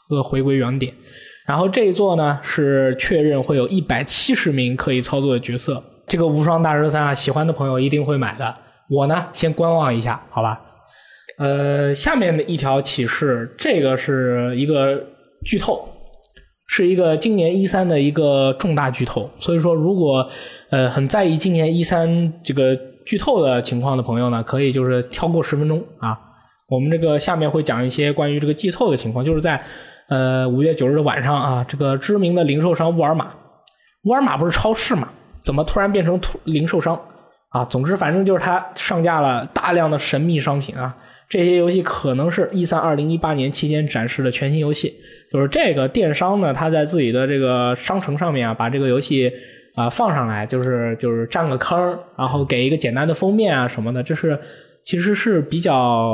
S1: 呃，回归原点。然后这一座呢是确认会有一百七十名可以操作的角色。这个无双大蛇三啊，喜欢的朋友一定会买的。我呢先观望一下，好吧？呃，下面的一条启示，这个是一个剧透，是一个今年一三的一个重大剧透。所以说，如果呃很在意今年一三这个剧透的情况的朋友呢，可以就是跳过十分钟啊。我们这个下面会讲一些关于这个剧透的情况，就是在呃五月九日的晚上啊，这个知名的零售商沃尔玛，沃尔玛不是超市嘛，怎么突然变成突零售商啊？总之，反正就是它上架了大量的神秘商品啊。这些游戏可能是 E 三二零一八年期间展示的全新游戏，就是这个电商呢，它在自己的这个商城上面啊，把这个游戏啊、放上来，就是就是占个坑儿，然后给一个简单的封面啊什么的，这是其实是比较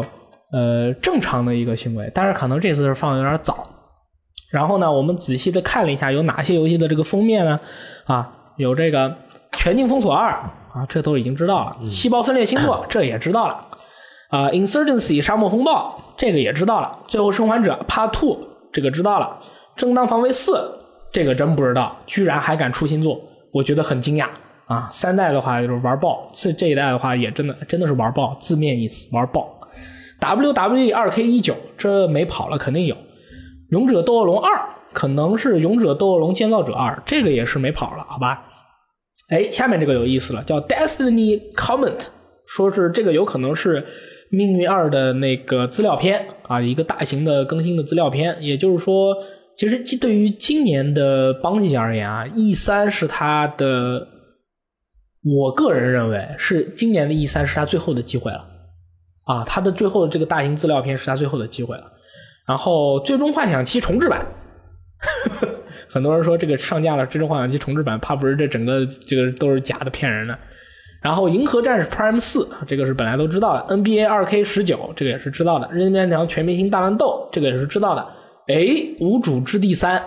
S1: 呃正常的一个行为，但是可能这次是放的有点早，然后呢，我们仔细的看了一下有哪些游戏的这个封面呢？啊，有这个《全境封锁二》啊，这都已经知道了，细胞分裂星座》这也知道了，啊、i n s u r g e n c y 沙漠风暴》这个也知道了，《最后生还者 Part Two》这个知道了，《正当防卫四》这个真不知道，居然还敢出新作，我觉得很惊讶啊！三代的话就是玩爆，这这一代的话也真的真的是玩爆，字面意思玩爆。WWE 2 K 1 9这没跑了肯定有，《勇者斗恶龙二》可能是《勇者斗恶龙建造者二》，这个也是没跑了，好吧？哎，下面这个有意思了，叫 Destiny Comment，说是这个有可能是《命运二》的那个资料片啊，一个大型的更新的资料片。也就是说，其实对于今年的邦吉而言啊，E 三是它的，我个人认为是今年的 E 三是它最后的机会了啊，它的最后的这个大型资料片是它最后的机会了。然后《最终幻想七重置版》，很多人说这个上架了《最终幻想七重置版》，怕不是这整个这个都是假的骗人的。然后《银河战士 Prime 四》，这个是本来都知道的；NBA 2K 1 9这个也是知道的；任天堂全明星大乱斗，这个也是知道的。诶，《无主之地三》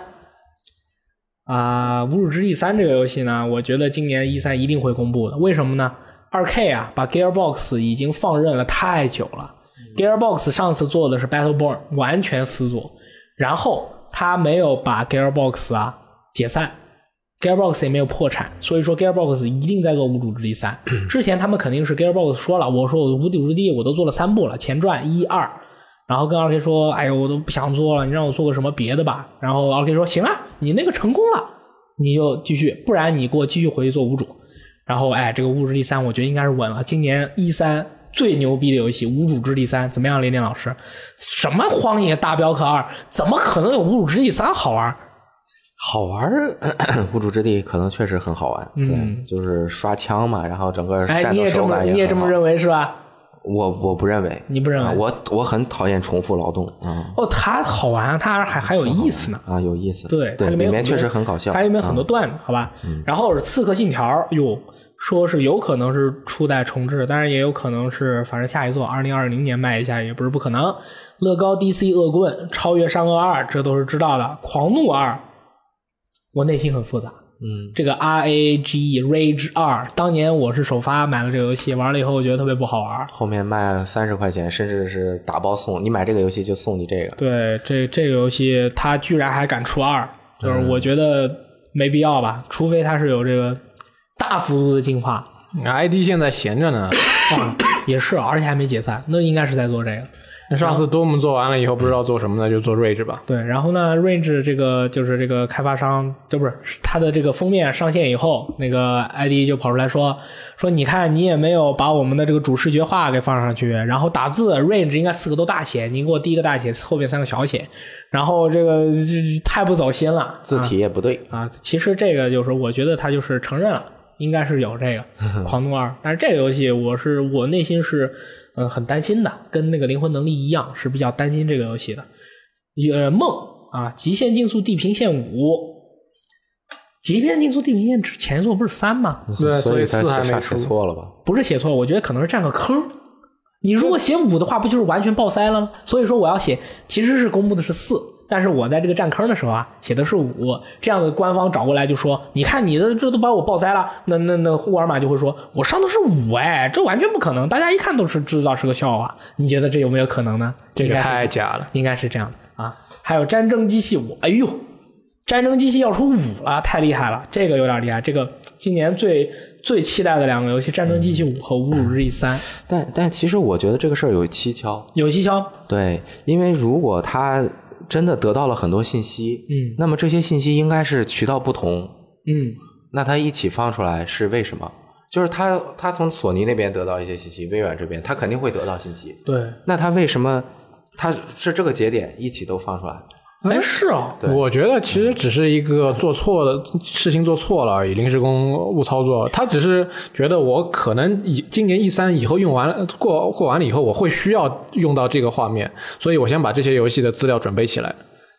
S1: 啊，《无主之地三》这个游戏呢，我觉得今年一三一定会公布的。为什么呢？2 K 啊，把 Gearbox 已经放任了太久了。Gearbox 上次做的是 Battleborn，完全死左，然后他没有把 Gearbox 啊解散，Gearbox 也没有破产，所以说 Gearbox 一定在做《无主之地三》。之前他们肯定是 Gearbox 说了，我说我《无主之地》我都做了三部了，前传一二，然后跟二 K 说，哎呦，我都不想做了，你让我做个什么别的吧。然后二 K 说，行啊，你那个成功了，你就继续，不然你给我继续回去做无主。然后哎，这个《无主之地三》我觉得应该是稳了，今年一三最牛逼的游戏《无主之地三》怎么样，雷电老师？什么《荒野大镖客二》？怎么可能有《无主之地三》好玩？
S3: 好玩儿，无主之地可能确实很好玩，
S1: 嗯
S3: 对，就是刷枪嘛，然后整个
S1: 哎，
S3: 战
S1: 你
S3: 斗
S1: 也这
S3: 手
S1: 么
S3: 感也
S1: 你也这
S3: 很
S1: 么
S3: 好
S1: 认为是吧？
S3: 我我不认为，
S1: 你不认为
S3: 啊我我很讨厌重复劳动啊
S1: 哦，它好玩，它还还有意思呢。
S3: 啊，有意思。
S1: 对它
S3: 对，
S1: 里面有
S3: 面
S1: 很多
S3: 确实很搞笑。
S1: 它里面很多
S3: 啊
S1: 段子，好吧？然后是《刺客信条》，哟，说是有可能是初代重置，当然也有可能是，反正下一座二零二零年卖一下也不是不可能。乐高 DC 恶棍、超越善恶二，这都是知道的。狂怒二，我内心很复杂。
S3: 嗯，
S1: 这个 R A G E Rage 二，当年我是首发买了这个游戏，玩了以后我觉得特别不好玩。
S3: 后面卖三十块钱，甚至是打包送，你买这个游戏就送你这个。
S1: 对，这这个游戏它居然还敢出二，就是我觉得没必要吧，除非它是有这个大幅度的进化，
S2: ID 现在闲着呢，
S1: 啊，也是，而且还没解散，那应该是在做这个。
S2: 那上次多姆做完了以后，不知道做什么呢，就做睿智吧。
S1: 对，然后呢，Range 这个就是这个开发商，这不是它的这个封面上线以后，那个 ID 就跑出来说说，你看你也没有把我们的这个主视觉化给放上去，然后打字 Range 应该四个都大写，你给我第一个大写，后面三个小写，然后这个这太不走心了，
S3: 字体也不对，
S1: 啊，其实这个就是我觉得他就是承认了，应该是有这个《狂怒二》，但是这个游戏我是我内心是呃很担心的，跟那个《灵魂能力》一样，是比较担心这个游戏的。呃，梦啊，《极限竞速：地平线五》，《极限竞速：地平线》之前一座不是三吗？
S2: 对所以
S3: 他
S2: 四还
S3: 写
S2: 没
S3: 啥写
S2: 出
S3: 错了吧？
S1: 不是写错，我觉得可能是占个坑儿。你如果写五的话，不就是完全爆塞了吗？所以说我要写，其实是公布的是四，但是我在这个占坑的时候啊，写的是五。这样的官方找过来就说，你看你的这都把我爆塞了，那那那沃尔玛就会说，我上的是五，哎，这完全不可能。大家一看都是知道是个笑话，你觉得这有没有可能呢？
S2: 这
S1: 应
S2: 个
S1: 该是
S2: 太假了。
S1: 应该是这样的啊。还有战争机器五，哎呦，战争机器要出五了，太厉害了，这个有点厉害。这个今年最最期待的两个游戏，战争机器五和侮辱日记三，
S3: 但但其实我觉得这个事儿有蹊跷，
S1: 有蹊跷。
S3: 对，因为如果他真的得到了很多信息，
S1: 嗯
S3: 那么这些信息应该是渠道不同，
S1: 嗯，
S3: 那他一起放出来是为什么？就是他他从索尼那边得到一些信息，微软这边他肯定会得到信息，
S1: 对，
S3: 那他为什么他是这个节点一起都放出来？
S1: 哎是哦，
S3: 对
S2: 我觉得其实只是一个做错的事情做错了而已，临时工误操作。他只是觉得我可能以今年 E 三以后用完了过过完了以后，我会需要用到这个画面，所以我先把这些游戏的资料准备起来。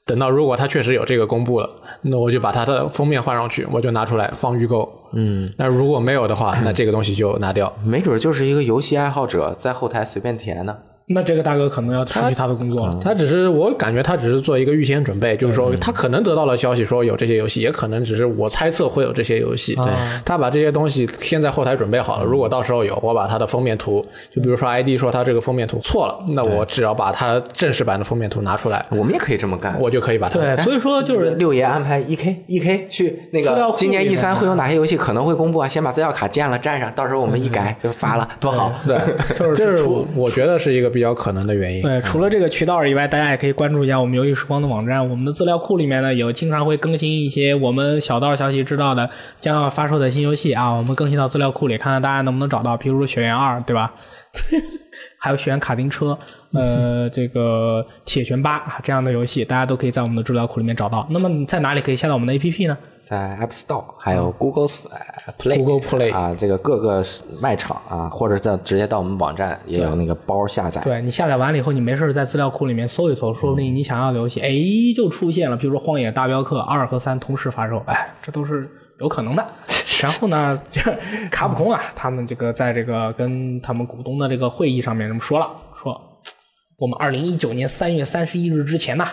S2: 等到如果它确实有这个公布了，那我就把它的封面换上去，我就拿出来放预购。嗯，那如果没有的话，那这个东西就拿掉。
S3: 没准就是一个游戏爱好者在后台随便填的。
S1: 那这个大哥可能要辞去他嗯的工作了。
S2: 他只是我感觉他只是做一个预先准备，就是
S1: 嗯
S2: 说他可能得到了消息说有这些游戏，也可能只是我猜测会有这些游戏。对
S1: 嗯
S2: 他把这些东西先在后台准备好了，如果到时候有，我把它的封面图，就比如说 ID 说他这个封面图错了，那我只要把它正式版的封面图拿出来，
S3: 我们也可以这么干。
S2: 我就可以把它。
S1: 对，哎所以说就是
S3: 六爷安排 E K E K 去那
S1: 资料
S3: 个
S1: 库
S3: 今年
S1: 里
S3: E
S1: 面
S3: 三会有哪些游戏可能会公布啊？先把资料卡建了占上，到时候我们一
S1: 嗯
S3: 改就发了，多好！
S2: 对，
S1: 就是
S2: 这是
S1: 除
S2: 我我觉得是一个比较可能的原因。
S1: 对，除了这个渠道以外，大家也可以关注一下我们游戏时光的网站。我们的资料库里面呢，有经常会更新一些我们小道消息知道的将要发售的新游戏啊，我们更新到资料库里，看看大家能不能找到。譬如说《血缘二》，对吧？ <laughs> 还有《血缘卡丁车》，呃，这个《铁拳八》啊这样的游戏，大家都可以在我们的资料库里面找到。那么你在哪里可以下载我们的 APP 呢？
S3: <laughs> 在 App Store 还有 Google S-
S1: 嗯
S3: 呃 Play、
S2: Google Play
S3: 啊，这个各个卖场啊，或者在直接到我们网站也有那个包下载。
S1: 对你下载完了以后，你没事儿在资料库里面搜一搜，说不定你想要的游戏，哎，就出现了。比如说《荒野大镖客二》和《三》同时发售，哎，这都是有可能的。然后呢，这卡普空啊，他们这个在这个跟他们股东的这个会议上面，这么说了，说我们二零一九年三月三十一日之前呐，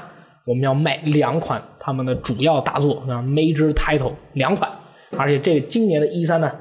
S1: 我们要卖两款他们的主要大作啊，major title 两款，而且这今年的一三呢，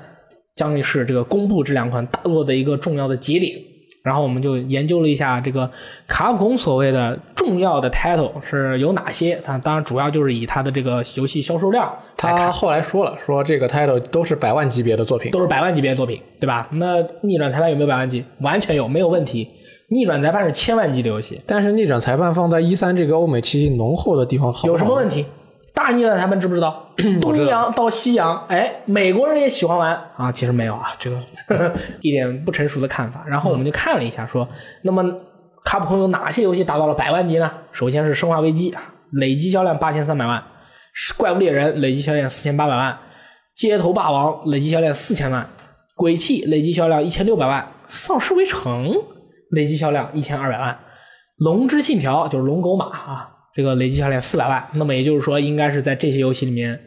S1: 将是这个公布这两款大作的一个重要的节点。然后我们就研究了一下这个卡普空所谓的重要的 title 是有哪些，它当然主要就是以它的这个游戏销售量来看
S2: 他后来说了，说这个 title 都是百万级别的作品，
S1: 都是百万级别的作品，对吧？那逆转裁判有没有百万级？完全有，没有问题。逆转裁判是千万级的游戏，
S2: 但是逆转裁判放在一三这个欧美气息浓厚的地方好不好
S1: 有什么问题？大逆转裁判知不知
S2: <clears throat>
S1: 道？东洋到西洋，哎，美国人也喜欢玩啊。其实没有啊，这个
S2: <laughs>
S1: 一点不成熟的看法。然后我们就看了一下说，
S2: 嗯
S1: 那么卡普空有哪些游戏达到了百万级呢？首先是《生化危机》，累计销量八千三百万；《怪物猎人》累计销量四千八百万；《街头霸王》累计销量四千万；《鬼泣》累计销量一千六百万，《丧尸围城》累计销量一千二百万，《龙之信条》就是龙狗马啊，这个累计销量四百万。那么也就是说，应该是在这些游戏里面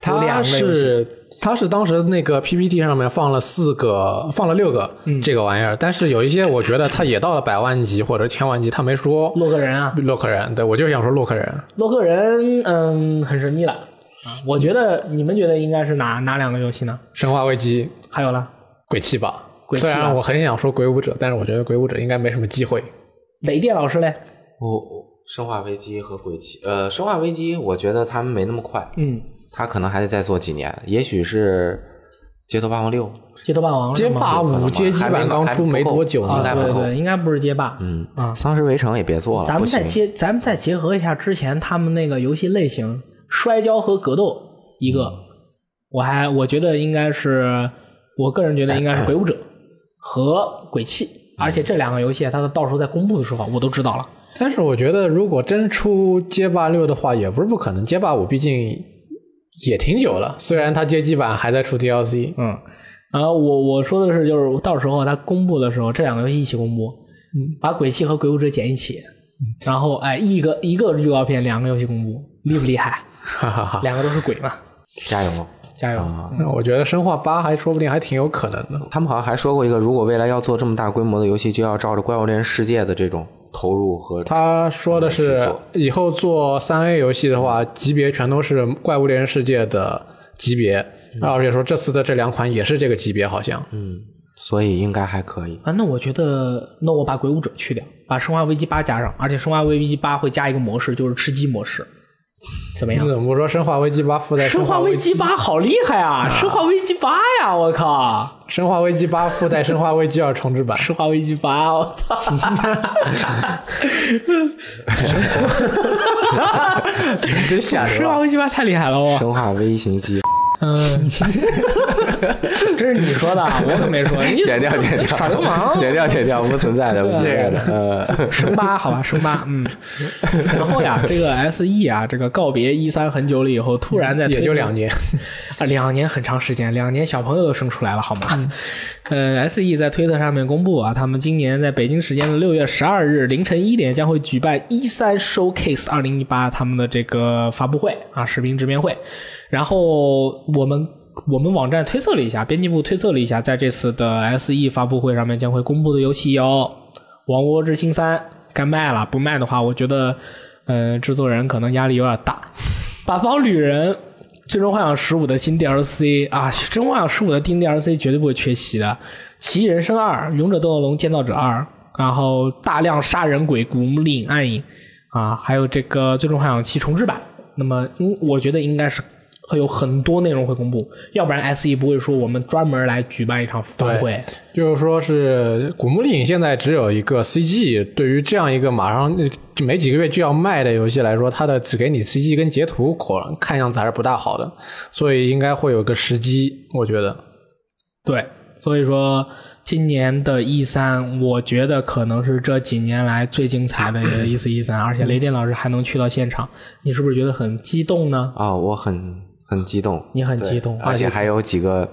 S1: 头两
S2: 他
S1: 个游戏
S2: 是他是当时那个 PPT 上面放了四个，放了六个、
S1: 嗯
S2: 这个玩意儿，但是有一些我觉得他也到了百万级或者千万级，他没说
S1: 洛克人啊，
S2: 洛克人，对我就想说洛克人，
S1: 洛克人嗯很神秘了啊。我觉得你们觉得应该是哪哪两个游戏呢？
S2: 生化危机、
S1: 还有呢，
S2: 鬼泣吧。
S1: 鬼泣
S2: 虽
S1: 吧
S2: 然我很想说鬼武者，但是我觉得鬼武者应该没什么机会。
S1: 雷电老师嘞？
S3: 我我哦生化危机和鬼泣，呃，生化危机我觉得他们没那么快，
S1: 嗯，
S3: 他可能还得再做几年，也许是街头霸王六，
S1: 街头霸王是
S2: 街
S1: 吗
S2: 霸五街机版刚出没多久
S3: 还
S1: 啊，
S3: 没
S2: 呢，
S1: 对对
S3: 够
S1: 对，应该不是街霸。
S3: 嗯
S1: 啊
S3: 丧尸围城也别做了，
S1: 咱
S3: 啊不
S1: 们
S3: 行
S1: 再结，咱们再结合一下之前他们那个游戏类型，摔跤和格斗一个，我还我觉得应该是，我个人觉得应该是鬼武者和鬼泣，而且这两个游戏啊它的到时候在公布的时候我都知道了。
S2: 但是我觉得如果真出街霸六的话，也不是不可能。街霸五毕竟也挺久了，虽然它街机版还在出 DLC，
S1: 嗯，然后我我说的是，就是到时候它公布的时候，这两个游戏一起公布，嗯，把鬼泣和鬼武者剪一起，然后哎，一个一个预告片，两个游戏公布，厉不厉害？
S2: 哈哈哈。
S1: 两个都是鬼嘛，
S3: 加油。
S1: 加油！
S3: 啊
S2: 那嗯我觉得生化八还说不定还挺有可能的。
S3: 他们好像还说过一个，如果未来要做这么大规模的游戏，就要照着《怪物猎人世界》的这种投入和
S2: 他说的
S3: 去
S2: 是
S3: 做，
S2: 以后做三 A 游戏的话，级别全都是《怪物猎人世界》的级别，而且说这次的这两款也是这个级别，好像。
S3: 嗯，所以应该还可以。
S1: 啊，那我觉得，那我把鬼武者去掉，把生化危机八加上，而且生化危机八会加一个模式，就是吃鸡模式，怎么
S2: 你
S1: 样？
S2: 怎么不说《生化危机八》附带《
S1: 生
S2: 生
S1: 化
S2: 化危
S1: 危机八好厉害啊！生化危机八呀，我靠！
S2: 生化危机八》附带《生化危机二》重置版？
S1: 生化危机八，我 <laughs> 操！
S2: 真吓人
S1: 生化
S2: 啊！
S1: 危机八太厉害了，我
S3: 生化微型机，
S1: 嗯，这是你说的，我可没说。你
S3: 剪掉，剪掉，
S1: 耍流氓
S3: 剪掉，剪掉，不存在的，不存
S1: <laughs>
S3: 在的。呃， <laughs>
S1: 升八，好吧，升八，嗯。然后呀，这个 S E 啊，这个告别一三很久了以后，突然在
S2: 也就两年，
S1: <laughs> 啊，两年很长时间，两年小朋友都生出来了，好吗？ <laughs> 呃，S E 在推特上面公布啊，他们今年在北京时间的六月十二日凌晨一点将会举办一三 Showcase 二零一八他们的这个发布会啊，视频直面会。然后我们我们网站推测了一下，编辑部推测了一下，在这次的 S E 发布会上面将会公布的游戏有《王国之心三》，该卖了，不卖的话，我觉得呃制作人可能压力有点大。把方旅人、最终幻想十五的新 DLC 啊，最终幻想十五的新 DLC 绝对不会缺席的。奇异人生二、勇者斗恶龙、建造者二，然后大量杀人鬼、古墓丽影、暗影啊，还有这个最终幻想七重置版。那么，嗯，我觉得应该是会有很多内容会公布，要不然 S E 不会说我们专门来举办一场发布会。
S2: 就是说是《古墓丽影》现在只有一个 CG，对于这样一个马上就没几个月就要卖的游戏来说，它的只给你 CG 跟截图，可能看样子还是不大好的，所以应该会有个时机，我觉得。
S1: 对，所以说今年的 E 三，我觉得可能是这几年来最精彩的一次 E 三，而且雷电老师还能去到现场，你是不是觉得很激动呢？
S3: 啊，我很很激动，
S1: 你很激动，
S3: 而且还有几个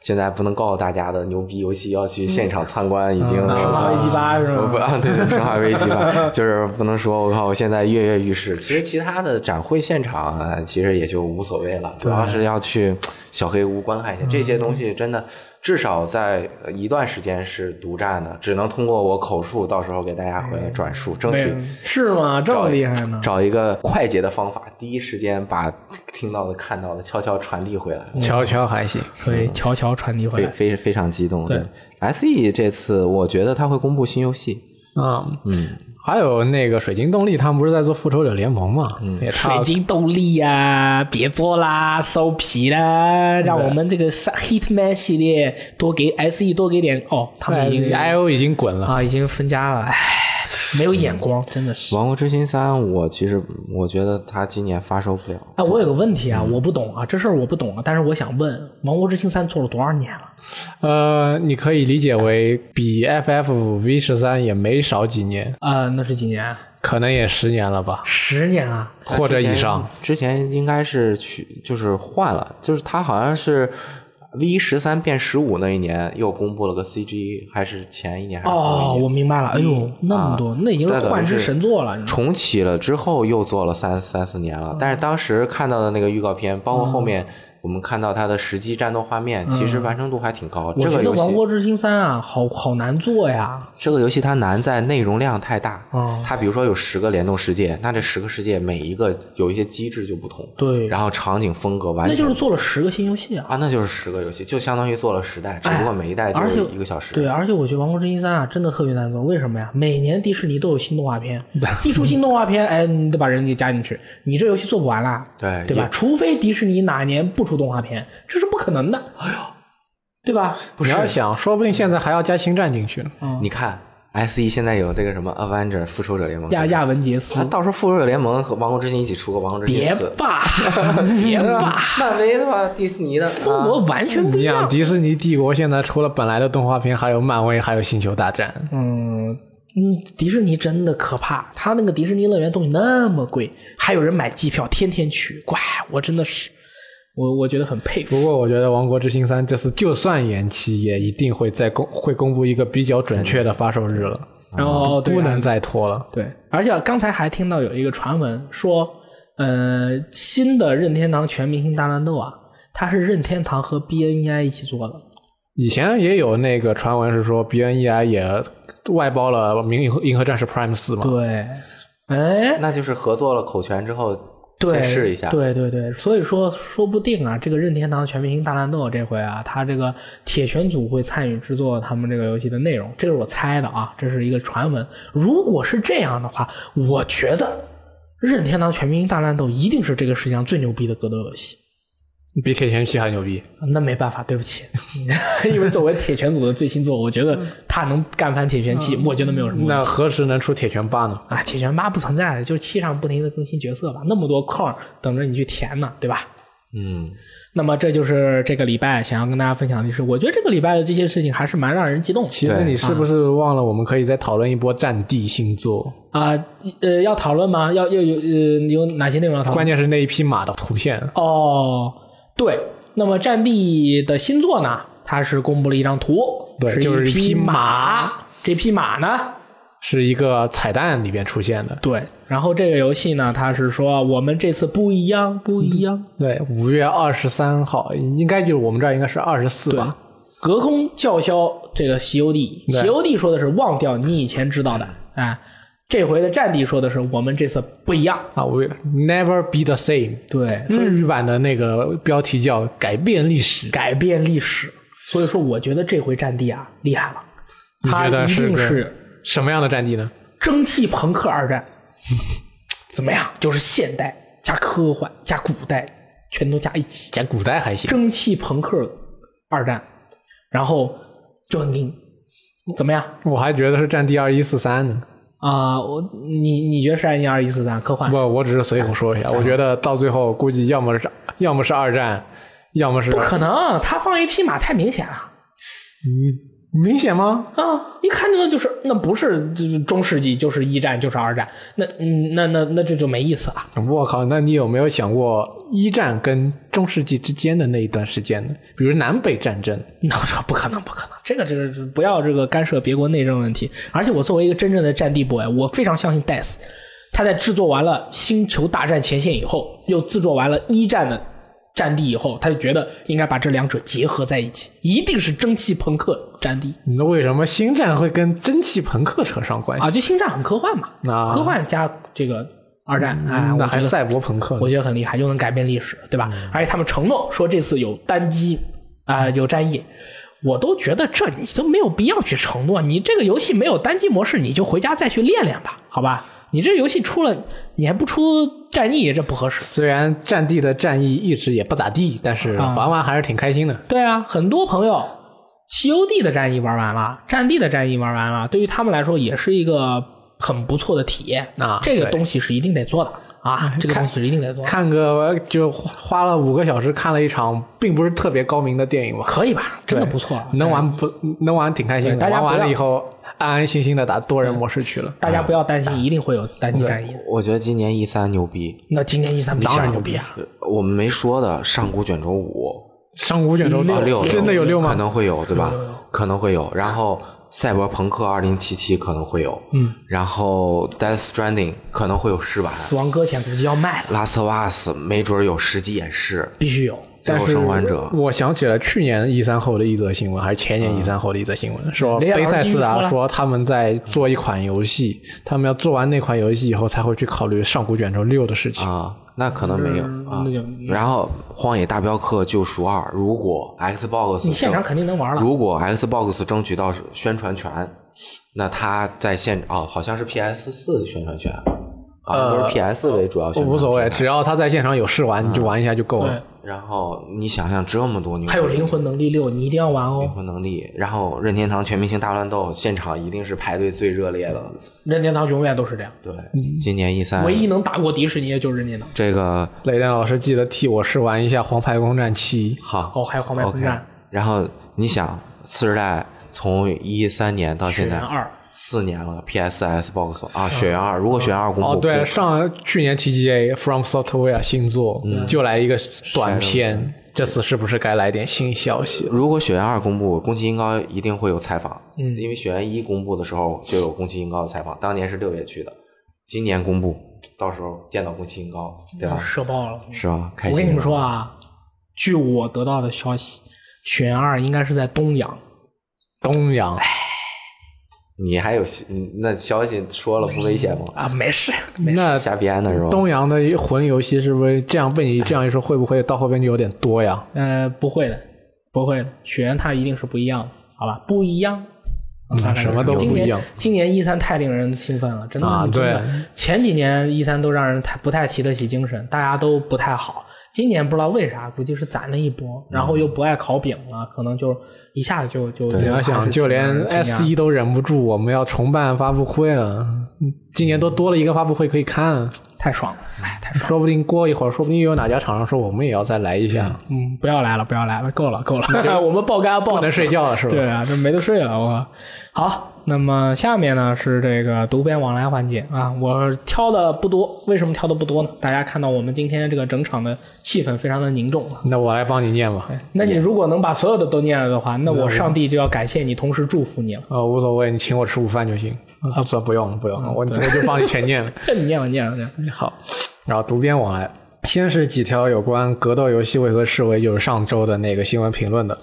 S3: 现在不能告诉大家的牛逼游戏要去现场参观，已经呃
S1: 嗯生化危机八是
S3: 我不
S1: 吗？
S3: 啊，对对，生化危
S1: <laughs>
S3: 机吧，就是不能说，我靠，我现在跃跃欲试。其实其他的展会现场呃其实也就无所谓了，主要是要去小黑屋观看一下
S1: 嗯
S3: 这些东西，真的至少在呃一段时间是独占的，只能通过我口述，到时候给大家回来转述，争
S1: 没有
S3: 取
S1: 是吗？嗯这么厉害呢？
S3: 找一个快捷的方法，第一时间把听到的、看到的悄悄传递回来。
S1: 嗯
S2: 嗯瞧瞧还行，
S1: 可以悄悄传递回
S3: 非
S1: 来。
S3: 非非常激动，
S1: 对
S3: ，S E 这次我觉得他会公布新游戏，
S2: 嗯，
S3: 嗯，
S2: 还有那个水晶动力，他们不是在做复仇者联盟嘛？嗯，也差
S1: 水晶动力呀、别做啦，收皮啦！让我们这个三 Hitman 系列多给 SE 多给点哦，他们已经
S2: I O 已经滚了。
S1: 啊已经分家了，唉，没有眼光，真的是
S3: 《王国之心三》，我其实我觉得它今年发售不了，
S1: 哎，我有个问题啊，
S3: 嗯
S1: 我不懂啊，这事儿我不懂啊，但是我想问，《王国之心三》做了多少年了？
S2: 呃，你可以理解为比 F F V 十三也没少几年，
S1: 呃，那是几年？
S2: 可能也十年了吧，
S1: 十年啊！
S2: 或者以上。
S3: 之前应该是去就是换了，就是它好像是 V 十三变十五那一年又公布了个 CG，还是前一年还是后
S1: 哦，
S3: 一
S1: 我
S3: 年嗯啊
S1: 明白了。哎呦，那么多，那已经是
S3: 但等于
S1: 幻之
S3: 是
S1: 神作了。你
S3: 重启了之后又做了三三四年
S1: 嗯
S3: 了，但是当时看到的那个预告片，包括后面我们看到它的实际战斗画面，其实完成度还挺高。
S1: 嗯我觉
S3: 这个
S1: 得
S3: 游
S1: 《王
S3: 戏
S1: 国之心三》啊，好好难做呀。
S3: 这个游戏它难在内容量太大
S1: 哦，
S3: 它比如说有十个联动世界，那这十个世界每一个有一些机制就不同，
S1: 对，
S3: 然后场景风格完
S1: 那
S3: 全
S1: 就是做了十个新游戏啊。
S3: 啊，那就是十个游戏，就相当于做了十代，只不过每一代就
S1: 哎而且
S3: 是一个小时。
S1: 对，啊而且我觉得《王国之心三》啊，真的特别难做。为什么呀？每年迪士尼都有新动画
S3: <laughs>
S1: 片，一出新动画片，哎，你得把人给加进去，你这游戏做不完啦，
S2: 哎
S1: 对
S3: 对
S1: 吧？除非迪士尼哪年不出动画片，这是不可能的。对吧？
S2: 你要想，说哎不定现在还要加星战进去呢。
S1: 嗯
S3: 你看，S E 现在有这个什么 Avenger 复仇者联盟，
S1: 亚
S3: 对吧
S1: 亚文杰
S3: 啊
S1: 斯，
S3: 到时候复仇者联盟和王国之心一起出个王国之心
S1: 别
S3: 四，
S2: <laughs>
S1: 吧，别
S2: 啊
S1: 吧，
S3: 漫威的吧，迪士尼的，啊
S1: 风格完全不
S2: 你
S1: 一
S2: 想，
S1: 样。
S2: 迪士尼帝国现在除了本来的动画片，还有漫威，还有星球大战。
S1: 嗯嗯，迪士尼真的可怕，他那个迪士尼乐园东西那么贵，还有人买机票天天去，乖，我真的是，我我觉得很佩
S2: 不
S1: 服。
S2: 过我觉得《王国之心三》这次就算延期，也一定会再公会公布一个比较准确的发售日了，
S1: 然后对
S2: 不
S1: 啊
S2: 能再拖了。
S1: 对，而且刚才还听到有一个传闻说，呃，新的任天堂全明星大乱斗啊，它是任天堂和 BNEI 一起做的。
S3: 哦
S2: 以前也有那个传闻是说 BNEI 也外包了《明银河银河战士 Prime 四》嘛，
S1: 对，哎，
S3: 那就是合作了口拳之后，
S1: 对，
S3: 先试一下。
S1: 对对对，所以说说不定啊，这个任天堂全明星大乱斗这回啊，他这个铁拳组会参与制作他们这个游戏的内容，这是我猜的啊，这是一个传闻。如果是这样的话，我觉得任天堂全明星大乱斗一定是这个世界上最牛逼的格斗游戏。
S2: 比铁拳七还牛逼。
S1: 那没办法，对不起， <laughs> 嗯因为作为铁拳组的最新作，我觉得他能干翻铁拳七，我觉得没有什么问题。
S2: 那何时能出铁拳八呢？
S1: 啊，铁拳八不存在的，就是七上不停的更新角色吧，那么多空儿等着你去填呢，对吧？
S3: 嗯，
S1: 那么这就是这个礼拜想要跟大家分享的就是，我觉得这个礼拜的这些事情还是蛮让人激动的
S2: 其实
S3: 对
S2: 你
S1: 嗯
S2: 是不是忘了，我们可以再讨论一波战地星座？
S1: 啊、呃，要讨论吗？要要有呃有哪些内容要讨
S2: 关
S1: 论？
S2: 键是那一匹马的图片，
S1: 哦，对，那么《战地》的新作呢，它是公布了一张图，
S2: 对就是
S1: 一
S2: 一匹
S1: 马。这匹马呢，
S2: 是一个彩蛋里边出现的。
S1: 对，然后这个游戏呢，它是说我们这次不一样，不一样，
S2: 对，五月二十三号，应该就是我们这儿应该是二十四吧？
S1: 隔空叫嚣这个席欧弟，
S2: 对
S1: 席欧弟说的是忘掉你以前知道的，哎，这回的战地说的是我们这次不一样，
S2: 啊，五月 Never be the same。
S1: 对，
S2: 日语版的那个标题叫“改变历史
S1: 改变历史。所以说，我觉得这回战地啊厉害了，
S2: 你
S1: 他
S2: 觉得
S1: 一
S2: 是
S1: 定
S2: 个
S1: 是”，
S2: 什么样的战地呢？
S1: 蒸汽朋克二战， <laughs> 怎么样？就是现代加科幻加古代，全都加一起，
S2: 讲古代还行，
S1: 蒸汽朋克二战，然后就很硬，怎么样？
S2: 我还觉得是战地二一四三呢。
S1: 啊、我你你觉得是二一二一四三科幻
S2: 不，我只是随口说一下。我觉得到最后估计要么是要么是二战，要么是
S1: 不可能，他放一匹马太明显了
S2: <laughs> 明显吗？
S1: 啊！一看这个就是，那不是就是中世纪，就是一战，就是二战，那嗯，那那那这就没意思了。
S2: 我靠，那你有没有想过一战跟中世纪之间的那一段时间呢？比如南北战争，
S1: <laughs> 那我说不可能，不可能，这个就是不要这个干涉别国内政问题。而且我作为一个真正的战地 boy，我非常相信 DICE，他在制作完了《星球大战前线》以后，又制作完了一战的战地以后，他就觉得应该把这两者结合在一起，一定是蒸汽朋克战地
S2: 那为什么星战会跟蒸汽朋克扯上关系？
S1: 啊，就星战很科幻嘛，
S2: 啊
S1: 科幻加这个二战，哎，
S2: 嗯那
S1: 我
S2: 还
S1: 觉得
S2: 赛博朋克呢
S1: 我觉得很厉害，又能改变历史，对吧？
S2: 嗯
S1: 而且他们承诺说这次有单机啊、有战役，我都觉得这你都没有必要去承诺，你这个游戏没有单机模式，你就回家再去练练吧，好吧？你这游戏出了，你还不出战役，这不合适。
S2: 虽然战地的战役一直也不咋地，但是
S1: 啊
S2: 玩完还是挺开心的。
S1: 对啊，很多朋友，COD 的战役玩完了，战地的战役玩完了，对于他们来说也是一个很不错的体验
S2: 啊
S1: 这个
S2: 对嗯
S1: 东西是一定得做的啊，这个东西是一定得做的。
S2: 看个就花花了五个小时看了一场，并不是特别高明的电影吧，
S1: 可以吧？真的不错，
S2: 能玩不能玩挺开心
S1: 对大
S2: 的。
S1: 家
S2: 玩
S1: 不
S2: 完
S1: 要嗯
S2: 了以后，安安心心的打多人模式去了。
S1: 大家不要担心，一定会有单机战役。
S3: 我觉得今年 E 三牛逼，
S1: 那今年一三当然牛逼啊！
S3: 呃我们没说的上古卷轴五
S2: 上古卷轴
S3: 啊六
S2: 真的有六
S3: 可
S2: 吗？嗯
S3: 能会有，对吧？可能会有。然后赛博朋克二零七七可能会有，嗯。然后 Death Stranding 可能会有试玩，
S1: 死亡搁浅估计要卖了，
S3: 拉斯瓦斯没准有实际演示，
S1: 必须有。
S3: 最
S2: 但
S3: 后
S2: 是
S3: 生还者。
S2: 呃
S3: 嗯
S2: 我想起了去年 E 三后的一则新闻，还是前年 E 三后的一则新闻，说
S1: 雷尔
S2: 贝塞斯
S1: 继续说了
S2: 达说他们在做一款游戏，他们要做完那款游戏以后才会去考虑《上古卷轴六》的事情。
S3: 啊，那可能没有啊
S1: 嗯那就。
S3: 然后《荒野大镖客：救赎二》，如果 Xbox
S1: 你现场
S3: 争
S1: 肯定能玩了
S3: 如果 Xbox 争取到宣传权，那他在现哦，好像是 PS 四宣传权啊，
S2: 呃
S3: 都是 PS 为主要宣传，
S2: 无所谓，。只要他在现场有试玩，你就玩一下就够
S1: 对
S2: 了。，
S3: 然后你想象这么多牛，
S1: 还有灵魂能力六，你一定要玩
S3: 灵
S1: 哦。
S3: 魂能力，然后任天堂全明星大乱斗现场一定是排队最热烈的。
S1: 任天堂永远都是这样，
S3: 对，今年 E 三
S1: 嗯唯一能打过迪士尼的就是任天堂。
S3: 这个
S2: 雷电老师记得替我试玩一下《黄牌攻占七》。
S3: 好
S1: 哦，还有黄牌
S3: OK，
S1: 空战、
S3: 然后你想，次世代从一三年到
S1: 血
S3: 现
S1: 缘
S3: 在
S1: 二，
S3: 四年了，PS、Xbox 啊，血缘二，如果血缘二公布，
S2: 哦，对，上去年 TGA From Software 新作、
S3: 嗯
S2: 就来一个
S3: 啊
S2: 短片，这次是不是该来点新消息了？
S3: 如果血缘二公布，宫崎英高一定会有采访，嗯，因为血缘一公布的时候就有宫崎英高的采访，当年是六月去的，今年公布，到时候见到宫崎英高，对吧？
S1: 哦射爆了。
S3: 啊是吧？开
S1: 我
S3: 心。
S1: 跟你们，说啊，据我得到的消息，血缘二应该是在东阳，
S2: 东阳，
S1: 哎
S3: 你还有你那消息说了不危险吗？
S1: 啊，没事，
S2: 那
S3: 瞎编的是吧？
S2: 东阳的魂游戏是不是这样被你这样一说，会不会到后边就有点多呀？
S1: 呃，不会的，不会的，血缘它一定是不一样的，好吧？不一样，算了
S2: 啊什么都不
S1: 今
S2: 一样
S1: 年今年一三太令人兴奋了，真的，
S2: 啊
S1: 真的
S2: 对
S1: 前几年一三都让人太不太提得起精神，大家都不太好。今年不知道为啥，估计是攒了一波，
S2: 嗯
S1: 然后又不爱烤饼了，可能就一下子就就
S3: 对
S2: 你要想，就连 S 一都忍不住，我们要重办发布会了。今年都多了一个发布会可以看，
S1: 太爽了，哎，太爽了。
S2: 说不定过一会儿，说不定又有哪家厂商说我们也要再来一下，
S1: 嗯，不要来了，不要来了，够了，够
S2: <laughs>
S1: 了，我们爆肝爆
S2: 不
S1: 死
S2: 能
S1: 了
S2: 睡觉了是吧？
S1: 对啊，这没得睡了，我靠。好，那么下面呢是这个读编往来环节啊，我挑的不多，为什么挑的不多呢？大家看到我们今天这个整场的气氛非常的凝重啊。
S2: 那我来帮你念吧。
S1: 那你如果能把所有的都念了的话，那我上帝就要感谢你，同时祝福你了。
S2: 呃，无所谓，你请我吃午饭就行。啊，不，不用，不用，我我就帮你全念了。
S1: 这你念了，念了，念了。
S2: 好，然后读编往来，先是几条有关格斗游戏为何视为就是上周的那个新闻评论的。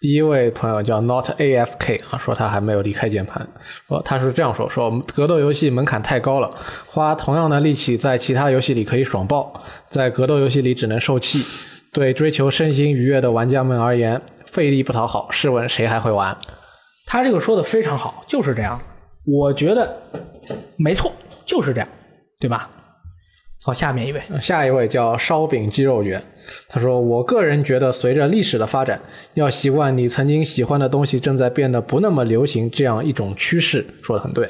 S2: 第一位朋友叫 Not AFK 啊，说他还没有离开键盘，说他是这样说：说格斗游戏门槛太高了，花同样的力气在其他游戏里可以爽爆，在格斗游戏里只能受气。对追求身心愉悦的玩家们而言，费力不讨好，试问谁还会玩？
S1: 他这个说的非常好，就是这样。我觉得没错，就是这样，对吧？好，下面一位，
S2: 下一位叫烧饼鸡肉卷，他说：“我个人觉得，随着历史的发展，要习惯你曾经喜欢的东西正在变得不那么流行这样一种趋势。”说的很对。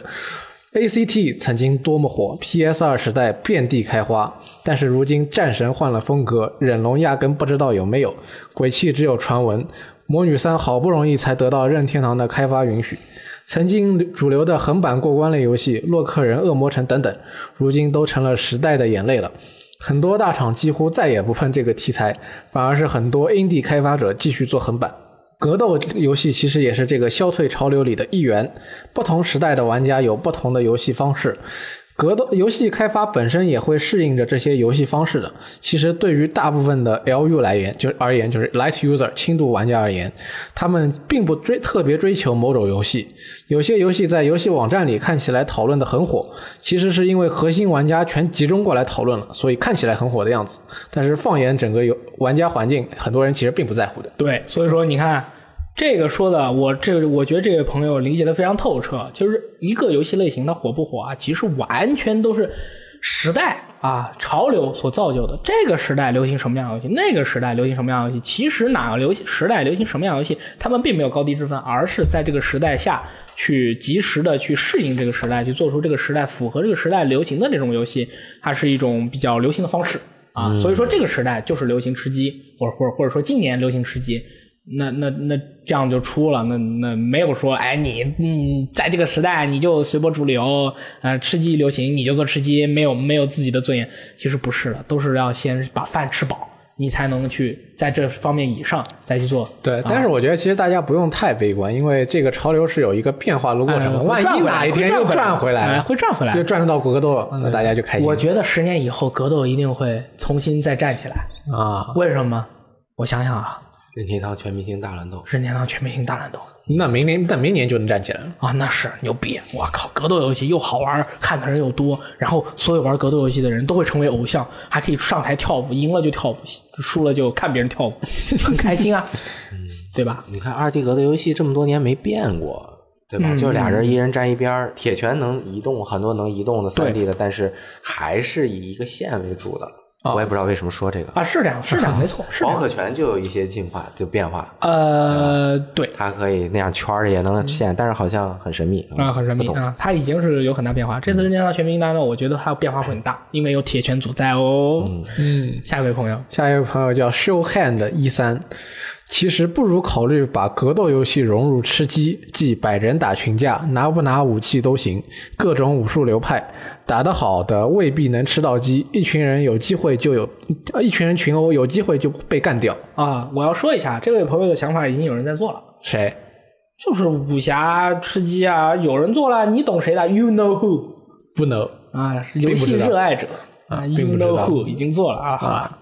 S2: ACT 曾经多么火，PS 二时代遍地开花，但是如今战神换了风格，忍龙压根不知道有没有，鬼泣只有传闻，魔女三好不容易才得到任天堂的开发允许。曾经主流的横版过关类游戏，洛克人、恶魔城等等，如今都成了时代的眼泪了。很多大厂几乎再也不碰这个题材，反而是很多 indie 开发者继续做横版。格斗游戏其实也是这个消退潮流里的一员，不同时代的玩家有不同的游戏方式。格斗游戏开发本身也会适应着这些游戏方式的。其实对于大部分的 LU 来言，就是而言就是 light user 轻度玩家而言，他们并不追特别追求某种游戏。有些游戏在游戏网站里看起来讨论的很火，其实是因为核心玩家全集中过来讨论了，所以看起来很火的样子。但是放眼整个游玩家环境，很多人其实并不在乎的。
S1: 对，所以说你看这个说的，我这我觉得这位朋友理解的非常透彻，就是一个游戏类型它火不火啊，其实完全都是时代啊潮流所造就的。这个时代流行什么样的游戏，那个时代流行什么样的游戏，其实哪个流行时代流行什么样的游戏，他们并没有高低之分，而是在这个时代下去及时的去适应这个时代，去做出这个时代符合这个时代流行的这种游戏，它是一种比较流行的方式。啊，
S2: 嗯
S1: 所以说这个时代就是流行吃鸡，或者或者或者说今年流行吃鸡，那那那这样就出了，那那没有说，哎，你嗯，在这个时代你就随波逐流，呃，吃鸡流行你就做吃鸡，没有没有自己的尊严，其实不是的，都是要先把饭吃饱，你才能去在这方面以上再去做。
S2: 对，但是我觉得其实大家不用太悲观，因为这个潮流是有一个变化的过程的。
S1: 哎会
S2: 万一
S1: 赚回来
S2: 哪一天又
S1: 会
S2: 赚回来
S1: 哎
S2: 了，
S1: 会赚回来嗯
S2: 又。赚到格斗，那大家就开心
S1: 我觉得十年以后格斗一定会重新再站起来，
S2: 啊。
S1: 为什么？我想想啊，
S3: 任天堂全明星大乱斗，
S1: 任天堂全明星大乱斗
S2: 那明年，那明年就能站起来了。
S1: 啊，那是牛逼！我靠，格斗游戏又好玩，看的人又多，然后所有玩格斗游戏的人都会成为偶像，还可以上台跳舞，赢了就跳舞，输了就看别人跳舞，很开心啊，对吧？
S3: 你看二 D 格斗游戏这么多年没变过，对
S1: 嗯
S3: 吧？就俩人一人站一边儿，铁拳能移动，很多能移动的三 D 的，但是还是以一个线为主的。我也不知道为什么说这个。
S1: 啊，是这样，是这样，没错，是这
S3: 宝
S1: 样。
S3: 可拳就有一些进化，就变化，
S1: 呃，对，
S3: 它可以那样圈儿也能线，但是好像很神秘
S1: 嗯啊，很神秘
S3: 不懂
S1: 啊，它已经是有很大变化。这次任天堂全明星大乱斗，我觉得它变化会很大，因为有铁拳组在哦。嗯，下一位朋友，
S2: 下一位朋友叫 Show Hand 一三，其实不如考虑把格斗游戏融入吃鸡，即百人打群架，拿不拿武器都行，各种武术流派，打得好的未必能吃到鸡，一群人有机会就有，呃一群人群殴有机会就被干掉。
S1: 啊，我要说一下，这位朋友的想法已经有人在做了，
S2: 谁？
S1: 就是武侠吃鸡啊，有人做了，你懂谁的？You know who
S2: 不能
S1: 啊，游
S2: 不
S1: 戏
S2: 知道
S1: 热爱者
S2: 啊并
S1: You
S2: 不知
S1: know
S2: 道
S1: who 已经做了啊。好吧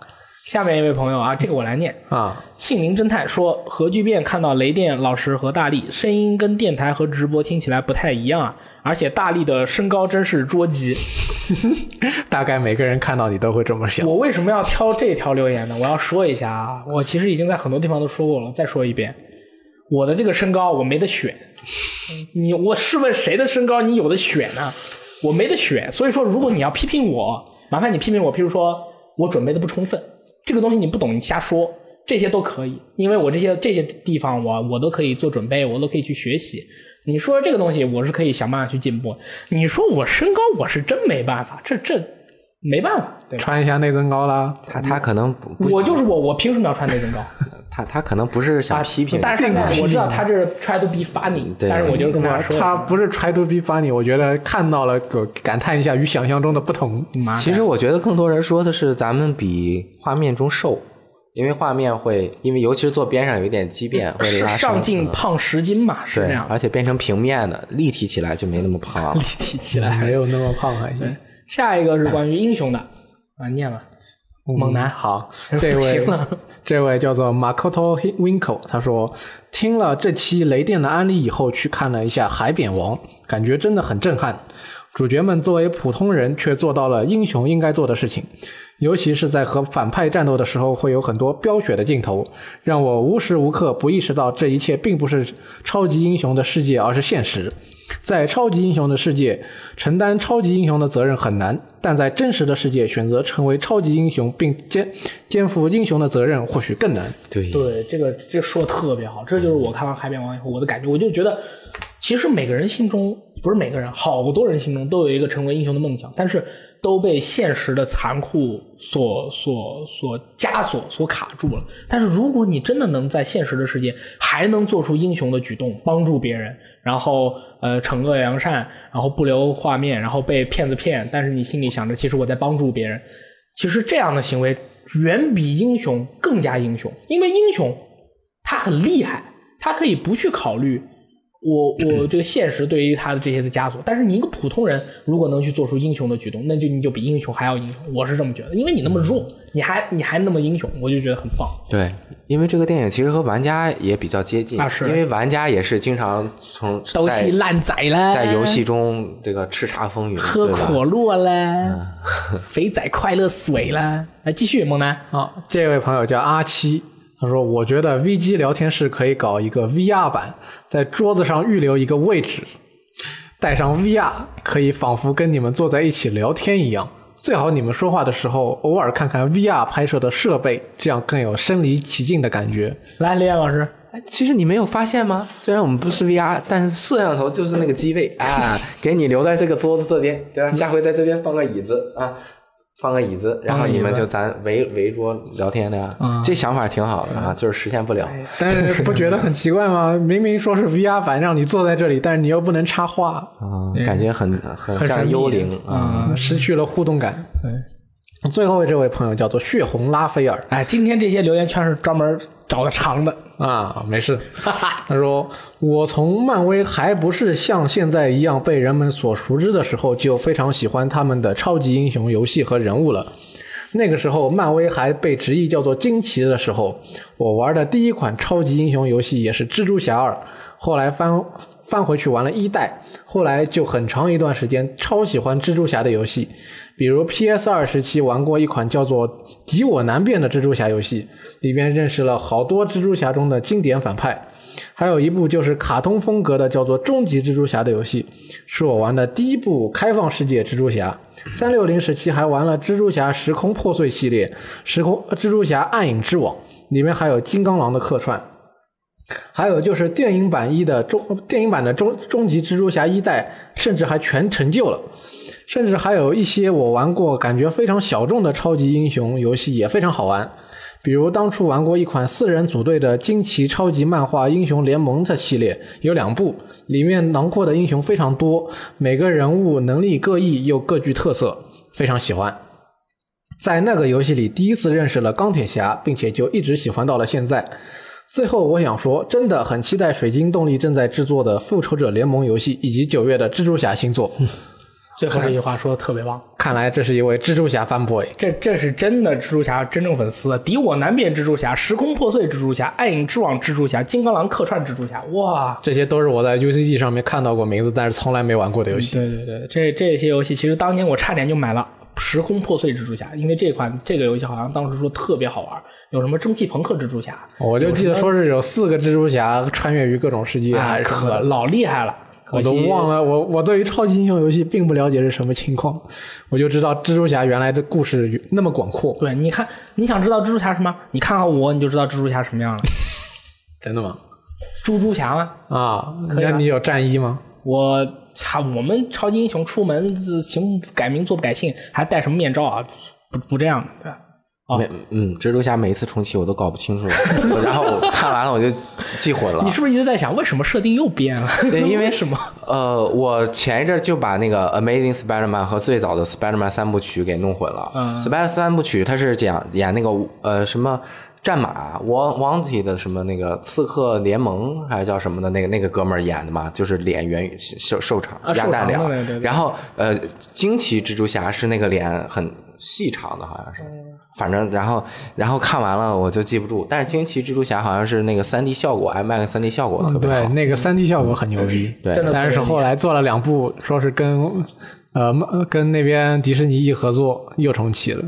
S1: 下面一位朋友啊，这个我来念。
S2: 啊！
S1: 杏林侦探说，核聚变看到雷电老师和大力，声音跟电台和直播听起来不太一样啊，而且大力的身高真是捉急。
S2: 大概每个人看到你都会这么想。
S1: 我为什么要挑这条留言呢？我要说一下啊，我其实已经在很多地方都说过了，再说一遍，我的这个身高我没得选，你我试问谁的身高你有的选呢？我没得选，所以说如果你要批评我，麻烦你批评我，譬如说我准备的不充分，这个东西你不懂，你瞎说。这些都可以，因为我这些这些地方我我都可以做准备，我都可以去学习。你说这个东西，我是可以想办法去进步。你说我身高，我是真没办法，这这没办法，对吧？
S2: 穿一下内增高啦，
S3: 它它可能不不，
S1: 我就是我，我凭什么要穿内增高？
S3: 它它可能不是想批评，
S1: 嗯啊但是我知道他这是 try to be funny，
S3: 对
S1: 但是我就是跟
S2: 没有
S1: 他说，
S2: 啊他不是 try to be funny，我觉得看到了有感叹一下与想象中的不同。
S1: 妈
S3: 其实我觉得更多人说的是咱们比画面中瘦，因为画面会，因为尤其是坐边上有一点畸变，会
S1: 是
S3: 拉
S1: 上
S3: 伤。
S1: 镜胖十斤嘛，是
S3: 对
S1: 这，
S3: <laughs>
S1: 样
S3: 而且变成平面的，立体起来就没那么胖
S1: 立。体起来。
S2: 没有那么胖还行。
S1: 下一个是关于英雄的啊，念吧，
S2: 嗯
S1: 猛男 <laughs>
S2: 好，这位
S1: 行了
S2: 这位叫做 Makoto Winkle，他说听了这期雷电的安利以后，去看了一下《海扁王》，感觉真的很震撼。主角们作为普通人，却做到了英雄应该做的事情，尤其是在和反派战斗的时候，会有很多飙血的镜头，让我无时无刻不意识到这一切并不是超级英雄的世界，而是现实。在超级英雄的世界，承担超级英雄的责任很难，但在真实的世界，选择成为超级英雄并肩肩负英雄的责任，或许更难。
S3: 对，
S1: 对，这个这说的特别好，这就是我看完《海扁王》以后我的感觉，我就觉得，其实每个人心中不是每个人，好多人心中都有一个成为英雄的梦想，但是都被现实的残酷所所所枷锁所卡住了。但是如果你真的能在现实的世界还能做出英雄的举动，帮助别人，然后呃惩恶扬善，然后不留画面，然后被骗子骗，但是你心里想着其实我在帮助别人，其实这样的行为远比英雄更加英雄，因为英雄他很厉害，他可以不去考虑我我这个现实对于他的这些的枷锁。但是你一个普通人，如果能去做出英雄的举动，那就你就比英雄还要英雄。我是这么觉得，因为你那么弱，你还你还那么英雄，我就觉得很棒。
S3: 对，因为这个电影其实和玩家也比较接近，
S1: 啊是
S3: 因为玩家也是经常从
S1: 都是
S3: 在
S1: 烂仔嘞，
S3: 在游戏中这个叱咤风云，
S1: 喝
S3: 对吧
S1: 可乐嘞，肥仔快乐水啦。来继续，猛男
S2: 好，这位朋友叫阿七，他说：“我觉得 VG 聊天室可以搞一个 VR 版，在桌子上预留一个位置，带上 VR，可以仿佛跟你们坐在一起聊天一样。最好你们说话的时候，偶尔看看 VR 拍摄的设备，这样更有身临其境的感觉。
S1: 来，刘岩老师，
S3: 哎其实你没有发现吗？虽然我们不是 VR，但是摄像头就是那个机位啊， <laughs> 给你留在这个桌子这边，对吧？下回在这边放个椅子啊，放个椅子，然后你们就咱围围桌聊天的呀、
S1: 啊
S3: 这想法挺好的啊，就是实现不了。
S1: 哎
S2: 但是不觉得很奇怪吗？明明说是 VR 版让你坐在这里，但是你又不能插
S3: 嗯
S2: 话，
S3: 啊，感觉很很
S1: 哎很神
S3: 像
S1: 秘
S3: 幽灵啊！
S2: 失去了互动感。最后这位朋友叫做血红拉斐尔
S1: 哎，今天这些留言全是专门找的长的，
S2: 啊，没事。他说：“我从漫威还不是像现在一样被人们所熟知的时候，就非常喜欢他们的超级英雄游戏和人物了。那个时候，漫威还被直译叫做惊奇的时候，我玩的第一款超级英雄游戏也是蜘蛛侠二。后来翻翻回去玩了一代，后来就很长一段时间超喜欢蜘蛛侠的游戏，比如 PS 二时期玩过一款叫做《敌我难辨》的蜘蛛侠游戏，里边认识了好多蜘蛛侠中的经典反派。还有一部就是卡通风格的，叫做《终极蜘蛛侠》的游戏，是我玩的第一部开放世界蜘蛛侠。三六零时期还玩了《蜘蛛侠：时空破碎》系列，《时空呃蜘蛛侠：暗影之网》里面还有金刚狼的客串。还有就是电影版一的终电影版的终终极蜘蛛侠一代，甚至还全成就了，甚至还有一些我玩过感觉非常小众的超级英雄游戏也非常好玩，比如当初玩过一款四人组队的惊奇超级漫画《英雄联盟》的系列，有两部，里面囊括的英雄非常多，每个人物能力各异又各具特色，非常喜欢。在那个游戏里，第一次认识了钢铁侠，并且就一直喜欢到了现在。最后，我想说，真的很期待水晶动力正在制作的《复仇者联盟》游戏，以及九月的蜘蛛侠新作。
S1: 最后这句话说的特别棒。
S2: 看来这是一位蜘蛛侠 fanboy。
S1: 这这是真的蜘蛛侠真正粉丝啊！敌我难辨蜘蛛侠，时空破碎蜘蛛侠，暗影之网蜘蛛侠，金刚狼客串蜘蛛侠，哇！
S2: 这些都是我在 UCG 上面看到过名字，但是从来没玩过的游戏。
S1: 对对对，这这些游戏其实当年我差点就买了《时空破碎蜘蛛侠》，因为这款这个游戏好像当时说特别好玩，有什么蒸汽朋克蜘蛛侠，
S2: 哦我就记得说是有四个蜘蛛侠穿越于各种世界，
S1: 啊
S2: 还，是什么
S1: 可
S2: 的
S1: 老厉害了，可
S2: 我都
S1: 惜
S2: 忘了。我我对于超级英雄游戏并不了解是什么情况，我就知道蜘蛛侠原来的故事那么广阔。
S1: 对，你看，你想知道蜘蛛侠什么？你看看我，你就知道蜘蛛侠什么
S2: <laughs>
S1: 样了。
S2: 真的吗？
S1: 猪猪侠吗？
S2: 啊，
S1: 可以啊
S2: 那你有战衣吗？
S1: 我操，我们超级英雄出门呃行改名做不改姓，还戴什么面罩啊？不不这样的，对吧？哦
S3: 没，嗯，蜘蛛侠每一次重启我都搞不清楚，然后我看完了 <laughs> 我就记混了
S1: 你。是不是一直在想为什么设定又变了？ <laughs>
S3: 对，因为
S1: 什么？
S3: 呃，我前一阵就把那个 Amazing Spider-Man 和最早的 Spider-Man 三部曲给弄混了。
S1: 嗯
S3: Spider-Man 三部曲它是讲演那个呃什么战马王王体的什么那个刺客联盟还是叫什么的那个那个哥们儿演的嘛，就是脸圆瘦瘦长
S1: 啊
S3: 鸭蛋
S1: 瘦
S3: 脸
S1: 长的对对对。
S3: 然后呃，惊奇蜘蛛侠是那个脸很细长的，好像是。
S1: 嗯
S3: 反正，然后，然后看完了我就记不住，但是惊奇蜘蛛侠好像是那个三 D 效果，IMAX 三 D 效果
S1: 嗯
S3: 特别好。
S2: 对，那个三 D 效果很牛逼。
S3: 对
S1: 真的
S2: 但是后来做了两部，说是跟呃跟那边迪士尼一合作又重启了。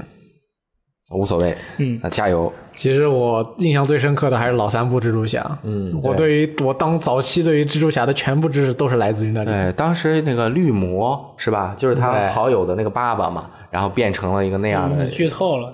S3: 无所谓，
S1: 嗯
S3: 啊，加油，
S2: 其实我印象最深刻的还是老三部蜘蛛侠。
S3: 嗯
S2: 我对于我当早期对于蜘蛛侠的全部知识都是来自于那里。
S3: 对，当时那个绿魔是吧，就是他
S2: 对
S3: 好友的那个爸爸嘛，然后变成了一个那样的，
S1: 剧透了，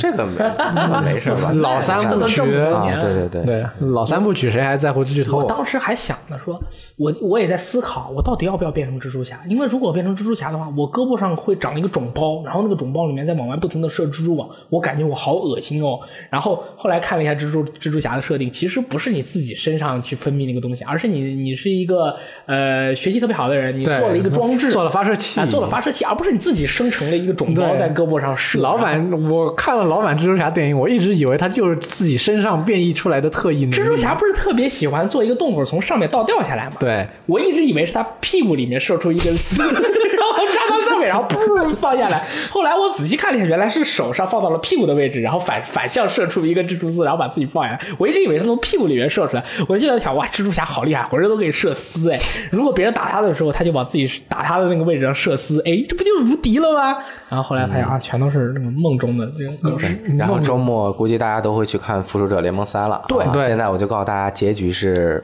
S3: 这个没这个没事吧？
S2: 嗯老三
S1: 这
S2: 部
S1: 都
S2: 曲
S1: 这么多
S3: 啊
S1: 年，了
S3: 对对对，
S2: 对老三部曲谁还在乎剧透
S1: 我
S2: 啊？
S1: 当时还想呢，说我我也在思考，我到底要不要变成蜘蛛侠？因为如果我变成蜘蛛侠的话，我胳膊上会长一个肿包，然后那个肿包里面再往外不停的射蜘蛛网，我感觉我好恶心哦。然后后来看了一下蜘蛛蜘蛛侠的设定，其实不是你自己身上去分泌那个东西，而是你你是一个呃学习特别好的人，你
S2: 对
S1: 做了一个装置，
S2: 做了发射器
S1: 啊，做了发射器，而不是你自己生成了一个肿包
S2: 对
S1: 在胳膊上射。
S2: 老板，我看了老版蜘蛛侠电影，我一直以为他就是自己身上变异出来的特异能力。
S1: 蜘蛛侠不是特别喜欢做一个动作，从上面倒掉下来吗？
S2: 对，
S1: 我一直以为是他屁股里面射出一根丝， <laughs> 然后扎到上面，然后噗放下来。后来我仔细看了一下，原来是手上放到了屁股的位置，然后反反向射出一根蜘蛛丝，然后把自己放下来。我一直以为是从屁股里面射出来，我就在想，哇，蜘蛛侠好厉害，浑身都可以射丝哎！如果别人打他的时候，他就往自己打他的那个位置上射丝，哎，这不就是无敌了吗？然后后来发现
S3: 嗯
S1: 啊，全都是那个梦中的这种故事。
S3: 然后周末估计大家都会去看《复仇者联盟三》了。
S2: 对
S3: 啊
S2: 对
S3: 现在我就告诉大家，结局是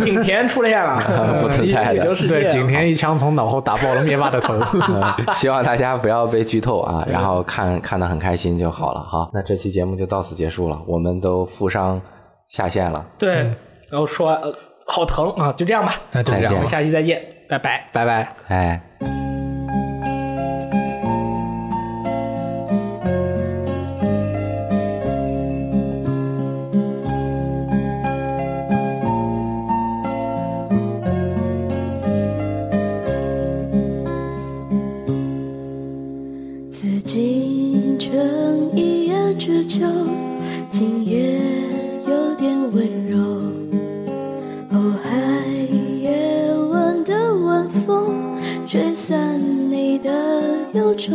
S1: 景甜出现了，
S3: 嗯 <laughs> 不存
S1: <laughs>
S2: 嗯
S3: 在的
S1: 也就是这
S2: 对，
S1: 样
S2: 景甜一枪从脑后打爆了灭霸的头。
S3: 呃希望大家不要被剧透啊，然后看看得很开心就好了哈。那这期节目就到此结束了，我们都负伤下线了，
S1: 对，然后说、呃、好疼啊，就这样吧，
S2: 那就这
S3: 再
S2: 样
S1: 我
S3: 见
S1: 们
S2: 吧，
S1: 下期再见，拜拜。
S2: <laughs> 拜拜。
S3: 哎。
S4: 自己秋，今夜有点温柔。哦，海夜晚的晚风，吹散你的忧愁。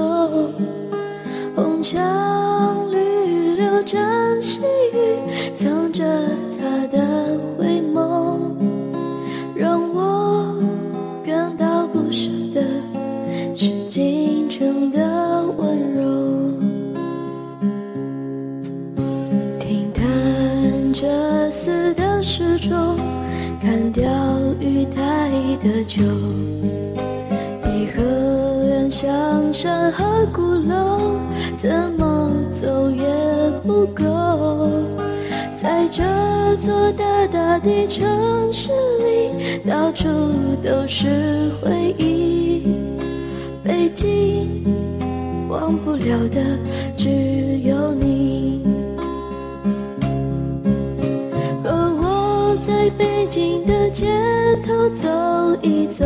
S4: 红墙绿柳沾细雨，藏着他的回眸，让我感到不舍的是青春的温柔。听弹着丝的时钟，看钓鱼台的酒，一河远像山和鼓楼，怎么走也不够。在这座大大的城市里，到处都是回忆。北京，忘不了的只有你。和我在北京的街头走一走，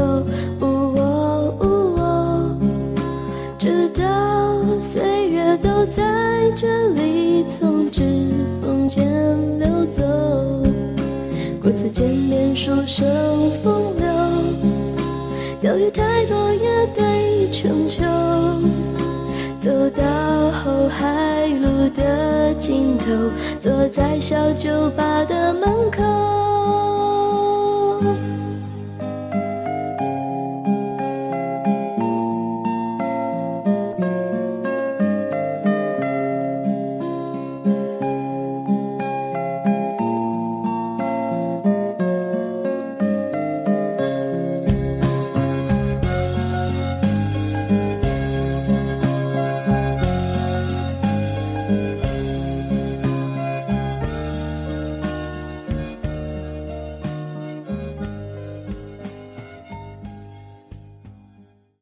S4: 呜哦呜哦，直到岁月都在这里从指缝间流走。过此见面，书声风流，钓鱼台落叶堆成丘。走到后海路的尽头，坐在小酒吧的门口。